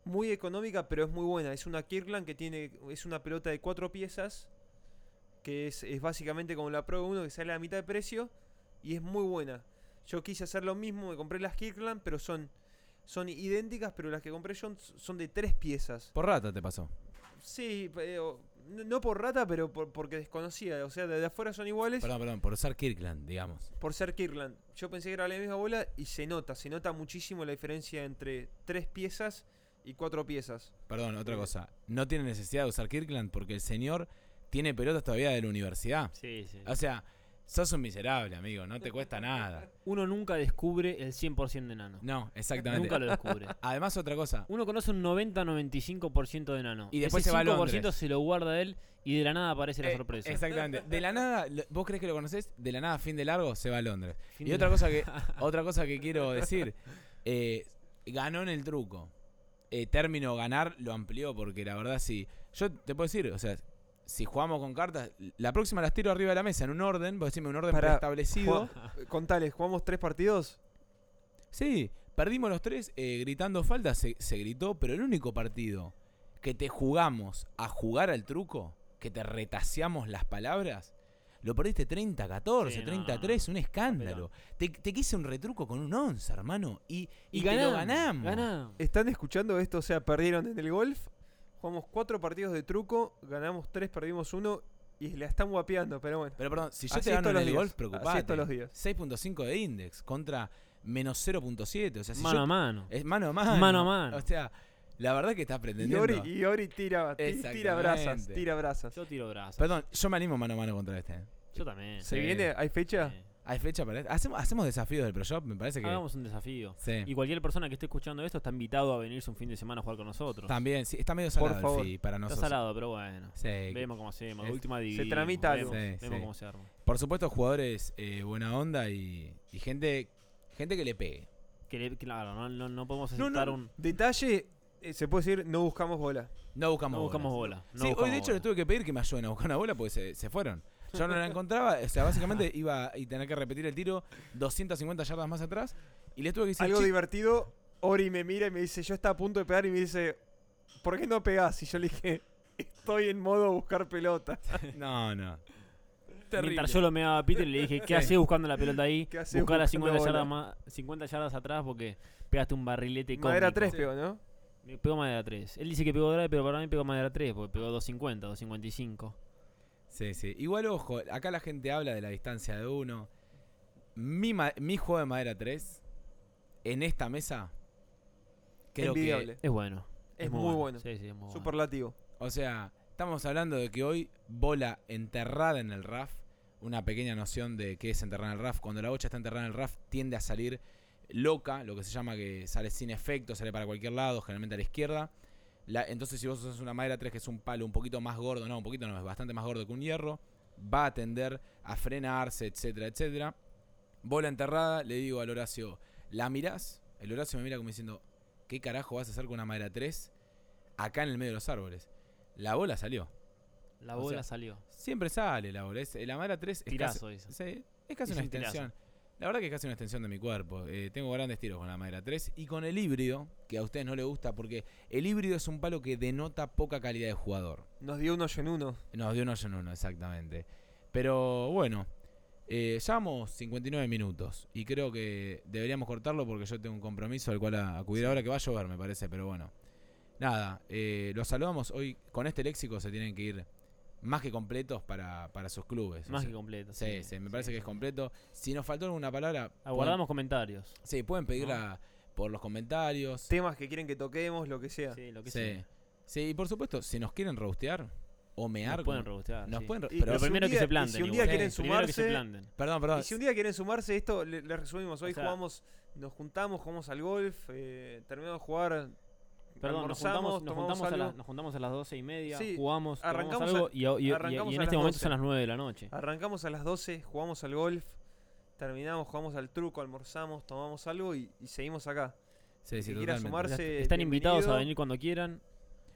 Speaker 3: muy económica, pero es muy buena. Es una Kirkland que tiene, es una pelota de cuatro piezas, que es, es básicamente como la Pro 1, que sale a la mitad de precio, y es muy buena. Yo quise hacer lo mismo, me compré las Kirkland, pero son, son idénticas, pero las que compré yo son de tres piezas.
Speaker 1: Por rata te pasó.
Speaker 3: Sí, pero, no no por rata, pero por- porque desconocía. O sea, de, de afuera son iguales
Speaker 1: Perdón, perdón, por usar Kirkland, digamos.
Speaker 3: por ser Kirkland. Yo pensé que era la misma bola y se nota, se nota muchísimo la diferencia entre tres piezas y cuatro piezas.
Speaker 1: Perdón, otra
Speaker 3: Eh.
Speaker 1: cosa. No tiene necesidad de usar Kirkland porque el señor tiene pelotas todavía de la universidad.
Speaker 2: Sí, sí.
Speaker 1: O sea, sos un miserable, amigo, no te cuesta nada.
Speaker 2: Uno nunca descubre el 100% de nano.
Speaker 1: No, exactamente.
Speaker 2: Nunca lo descubre.
Speaker 1: Además, otra cosa.
Speaker 2: Uno conoce un 90-95% de nano.
Speaker 1: Y después
Speaker 2: Ese
Speaker 1: se va a
Speaker 2: 5%
Speaker 1: Londres.
Speaker 2: se lo guarda él y de la nada aparece la
Speaker 1: Eh,
Speaker 2: sorpresa.
Speaker 1: Exactamente. De la nada, lo- vos crees que lo conocés, de la nada, fin de largo, se va a Londres.
Speaker 2: Fin
Speaker 1: y
Speaker 2: de
Speaker 1: otra
Speaker 2: la-
Speaker 1: cosa que otra cosa que quiero decir, eh, ganó en el truco. Eh, término ganar lo amplió porque la verdad sí. Yo te puedo decir, o sea, si jugamos con cartas, la próxima las tiro arriba de la mesa en un orden, vos decime un orden
Speaker 3: Pará,
Speaker 1: preestablecido.
Speaker 3: Ju- Contales, eh, ¿jugamos tres partidos?
Speaker 1: Sí, perdimos los tres eh, gritando falta, se, se gritó, pero el único partido que te jugamos a jugar al truco, que te retaseamos las palabras, lo perdiste 30-14,
Speaker 2: Sí, no,
Speaker 1: 33,
Speaker 2: no,
Speaker 1: un escándalo. Te, te quise un retruco con un 11, hermano, y, y,
Speaker 2: Y
Speaker 1: te
Speaker 2: ganamos.
Speaker 1: lo ganamos.
Speaker 2: ganamos.
Speaker 3: ¿Están escuchando esto? O sea, perdieron en el golf. Jugamos cuatro partidos de truco, ganamos tres, perdimos uno y la están guapeando, pero bueno.
Speaker 1: Pero perdón, si yo
Speaker 3: Así
Speaker 1: te
Speaker 3: es
Speaker 1: gano
Speaker 3: todos
Speaker 1: en
Speaker 3: los
Speaker 1: el
Speaker 3: días,
Speaker 1: golf,
Speaker 3: así es
Speaker 1: preocupate.
Speaker 3: todos los días.
Speaker 1: 6.5 de index contra menos 0.7. O sea, si
Speaker 2: Mano
Speaker 1: yo- eh,
Speaker 2: a mano.
Speaker 1: es mano a mano.
Speaker 2: Mano a mano.
Speaker 1: O sea, la verdad que estás
Speaker 3: Y
Speaker 1: pretendiendo.
Speaker 3: Ori, y Ori tira, ti- tira brasas,
Speaker 1: Exactamente.
Speaker 3: tira brasas.
Speaker 2: Yo tiro brazos.
Speaker 1: Perdón, yo me animo mano a mano contra este. ¿eh?
Speaker 2: Yo también.
Speaker 1: Sí,
Speaker 3: ¿Se viene? ¿Hay fecha?
Speaker 2: Eh,
Speaker 1: ¿Hay fecha para esto? ¿Hacemos, hacemos desafíos del Pro Shop? Me parece que.
Speaker 2: Hagamos un desafío.
Speaker 1: Sí.
Speaker 2: Y cualquier persona que esté escuchando esto está invitado a venirse un fin de semana a jugar con nosotros.
Speaker 1: También, sí, está medio
Speaker 3: Por
Speaker 1: salado
Speaker 3: favor.
Speaker 1: el fee para
Speaker 2: Está
Speaker 1: nosotros.
Speaker 2: salado, pero bueno.
Speaker 1: Sí.
Speaker 2: Vemos cómo hacemos. De
Speaker 1: Es-
Speaker 2: última
Speaker 3: se
Speaker 2: dividimos,
Speaker 3: tramita algo.
Speaker 2: Vemos,
Speaker 1: Sí,
Speaker 2: vemos
Speaker 1: sí.
Speaker 2: cómo se arma.
Speaker 1: Por supuesto, jugadores eh, buena onda y, y gente gente que le pegue.
Speaker 2: Que le- claro, no, no, no podemos
Speaker 1: No, no,
Speaker 2: aceptar un.
Speaker 3: Detalle, eh, se puede decir, no buscamos bola.
Speaker 1: No buscamos
Speaker 2: No buscamos
Speaker 1: bolas.
Speaker 2: bola. no
Speaker 1: sí, hoy
Speaker 2: buscamos
Speaker 1: de hecho
Speaker 2: bola.
Speaker 1: les tuve que pedir que me ayuden a buscar una bola porque se, se fueron. Yo no la encontraba, o sea, básicamente iba y tener que repetir el tiro 250 yardas más atrás y les tuve que decir.
Speaker 3: Algo
Speaker 1: "Chi-
Speaker 3: divertido, Ori me mira y me dice, yo estaba a punto de pegar y me dice, ¿por qué no pegás? Y yo le dije, estoy en modo buscar pelota.
Speaker 1: No, no.
Speaker 2: Mientras yo lo meaba a Peter y le dije, ¿qué haces buscando la pelota ahí?
Speaker 3: ¿Qué hacés
Speaker 2: Buscar las
Speaker 3: buscando
Speaker 2: 50 yardas,
Speaker 3: bola?
Speaker 2: más, 50 yardas atrás porque pegaste un barrilete cómico.
Speaker 3: Madera 3 pegó, ¿no?
Speaker 2: Me Pegó madera 3. Él dice que pegó drive, pero para mí pegó madera 3 porque pegó 250, 255.
Speaker 1: Sí, sí. Igual, ojo, acá la gente habla de la distancia de uno. Mi, ma- mi juego de madera 3, en esta mesa, creo
Speaker 3: Envidiable.
Speaker 2: Es bueno.
Speaker 3: Es, muy bueno.
Speaker 2: Sí, sí, es muy bueno.
Speaker 3: Superlativo.
Speaker 1: que. O sea, estamos hablando de que hoy bola enterrada en el RAF. Una pequeña noción de qué es enterrar en el RAF. Cuando la bocha está enterrada en el RAF, tiende a salir loca, lo que se llama que sale sin efecto, sale para cualquier lado, generalmente a la izquierda. La- entonces, si vos usás una madera 3, que es un palo un poquito más gordo, no, un poquito no, es bastante más gordo que un hierro, va a tender a frenarse, etcétera, etcétera. Bola enterrada, le digo al Horacio, ¿la mirás? El Horacio me mira como diciendo, ¿qué carajo vas a hacer con una madera 3 acá en el medio de los árboles? La bola salió.
Speaker 2: La
Speaker 1: O
Speaker 2: bola
Speaker 1: sea,
Speaker 2: salió.
Speaker 1: Siempre sale la bola. es- la madera 3 es casi-
Speaker 2: Tirazo hizo.
Speaker 1: Sí, es casi
Speaker 2: Es
Speaker 1: una
Speaker 2: un tirazo.
Speaker 1: extensión. La verdad que es casi una extensión de mi cuerpo. Eh, tengo grandes tiros con la madera 3 y con el híbrido, que a ustedes no les gusta porque el híbrido es un palo que denota poca calidad de jugador.
Speaker 3: Nos dio un hoyo en uno.
Speaker 1: No, de uno en uno, exactamente. Pero bueno, eh, llevamos 59 minutos y creo que deberíamos cortarlo porque yo tengo un compromiso al cual a- acudir ahora que va a llover, me parece, pero bueno. Nada, eh, los saludamos hoy. Con este léxico se tienen que ir más que completos para, para sus clubes. o
Speaker 2: Más
Speaker 1: sea,
Speaker 2: que completo.
Speaker 1: Sí, sí, me parece que es completo. Si nos faltó alguna palabra,
Speaker 2: Aguardamos comentarios.
Speaker 1: pueden- sí, pueden pedirla por los comentarios.
Speaker 3: Temas que quieren que toquemos, lo que sea.
Speaker 2: Sí, lo que sea.
Speaker 1: Sí. sí, y por supuesto, si nos quieren robustear o mear,
Speaker 2: Nos pueden
Speaker 1: como-
Speaker 2: robustear.
Speaker 1: nos
Speaker 2: sí.
Speaker 1: pueden ro-
Speaker 3: Y-
Speaker 1: pero-
Speaker 2: Lo
Speaker 3: si un
Speaker 2: primero que
Speaker 3: día-
Speaker 2: se
Speaker 3: y
Speaker 2: planten.
Speaker 3: si un
Speaker 2: igual.
Speaker 1: día quieren
Speaker 2: Primero que se
Speaker 3: sumarse-
Speaker 2: planten.
Speaker 1: Perdón, perdón.
Speaker 3: Y si un día quieren sumarse, esto le, le resumimos. Hoy
Speaker 2: O sea-
Speaker 3: jugamos, nos juntamos, jugamos al golf, eh, terminamos de jugar.
Speaker 2: Perdón, nos
Speaker 3: almorzamos,
Speaker 2: juntamos, nos,
Speaker 3: tomamos
Speaker 2: juntamos a
Speaker 3: algo.
Speaker 2: las, nos juntamos a las 12 y media,
Speaker 3: Sí,
Speaker 2: jugamos, tomamos
Speaker 3: arrancamos
Speaker 2: algo
Speaker 3: a-
Speaker 2: y, y- y- y
Speaker 3: arrancamos
Speaker 2: en
Speaker 3: a
Speaker 2: este
Speaker 3: las
Speaker 2: momento
Speaker 3: 12.
Speaker 2: son las 9 de la noche.
Speaker 3: Arrancamos a las 12, jugamos al golf, terminamos, jugamos al truco, almorzamos, tomamos algo y, y seguimos acá.
Speaker 1: Sí, sí,
Speaker 3: que quiera
Speaker 1: totalmente.
Speaker 3: sumarse, Arce,
Speaker 2: Están invitados a
Speaker 3: bienvenido.
Speaker 2: venir cuando quieran.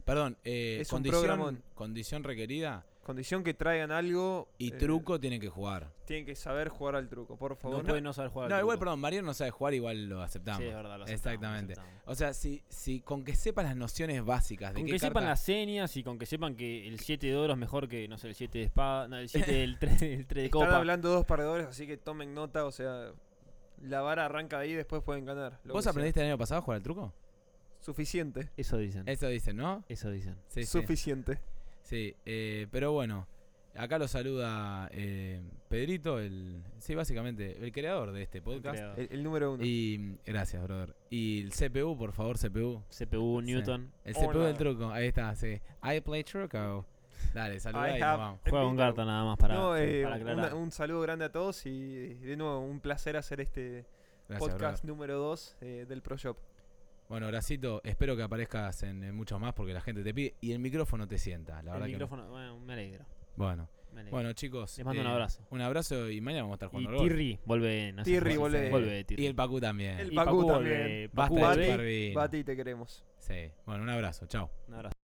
Speaker 1: Perdón, eh,
Speaker 3: Es un
Speaker 1: condición,
Speaker 3: programón.
Speaker 1: condición requerida
Speaker 3: Condición que traigan algo.
Speaker 1: y
Speaker 3: eh,
Speaker 1: truco tienen que jugar.
Speaker 3: Tienen que saber jugar al truco, por
Speaker 2: No
Speaker 3: favor.
Speaker 2: pueden no saber jugar. al
Speaker 1: No, igual,
Speaker 2: truco.
Speaker 1: perdón, Mariano no sabe jugar, igual lo aceptamos.
Speaker 2: Sí, es verdad, lo aceptamos, lo
Speaker 1: Exactamente.
Speaker 2: aceptamos.
Speaker 1: O sea, si, si con que sepa las nociones básicas de
Speaker 2: Con
Speaker 1: qué
Speaker 2: que sepan
Speaker 1: carta-
Speaker 2: las señas y con que sepan que el 7 de oro es mejor que, no sé, el 7 de espada, no, el 7 del 3 de
Speaker 3: Están
Speaker 2: copa.
Speaker 3: hablando dos perdedores, así que tomen nota, o sea, la vara arranca ahí después pueden ganar. lo que
Speaker 1: ¿Vos
Speaker 3: sea.
Speaker 1: aprendiste el año pasado a jugar al truco?
Speaker 3: Suficiente.
Speaker 2: Eso dicen.
Speaker 1: Eso dicen, ¿no?
Speaker 2: Eh, Eso dicen.
Speaker 1: Sí, sí.
Speaker 3: Suficiente.
Speaker 1: Sí, eh, pero bueno, acá lo saluda eh, Pedrito, el, sí, básicamente, el creador de este podcast.
Speaker 2: Creo.
Speaker 3: El, el número uno.
Speaker 1: Y mm, gracias, brother. Y el CPU, por favor, CPU.
Speaker 2: CPU, Newton.
Speaker 1: El
Speaker 3: Hola.
Speaker 1: CPU del truco, ahí está, sí. I play truco. Dale, saluda
Speaker 3: I
Speaker 1: y nos
Speaker 3: have-
Speaker 1: vamos.
Speaker 2: Juega con carta nada más para,
Speaker 3: Eh, No, eh,
Speaker 2: para aclarar.
Speaker 3: una- un saludo grande a todos y de nuevo un placer hacer este
Speaker 1: Gracias, brother.
Speaker 3: podcast número 2 del Pro Shop.
Speaker 1: Bueno, Gracito, espero que aparezcas en, en muchos más porque la gente te pide y el micrófono te sienta, la verdad
Speaker 2: el
Speaker 1: que no.
Speaker 2: micrófono, bueno, me alegro.
Speaker 1: Bueno,
Speaker 2: me alegro.
Speaker 1: bueno, chicos. eh,
Speaker 2: Les mando un abrazo.
Speaker 1: Un abrazo y mañana vamos a estar jugando
Speaker 2: y
Speaker 1: al golf.
Speaker 2: Tirri vuelve. no sé,
Speaker 3: Tirri
Speaker 2: vuelve.
Speaker 3: vuelve.
Speaker 2: Vuelve Tirri.
Speaker 1: Y el Pacu también.
Speaker 3: El
Speaker 2: Y
Speaker 3: Bakú también.
Speaker 2: vuelve. Bakú
Speaker 1: Basta de
Speaker 3: Bati,
Speaker 2: vuelve.
Speaker 1: chupar vino.
Speaker 3: Bati, te queremos.
Speaker 1: Sí. Bueno, un abrazo. Chao.
Speaker 2: Un abrazo.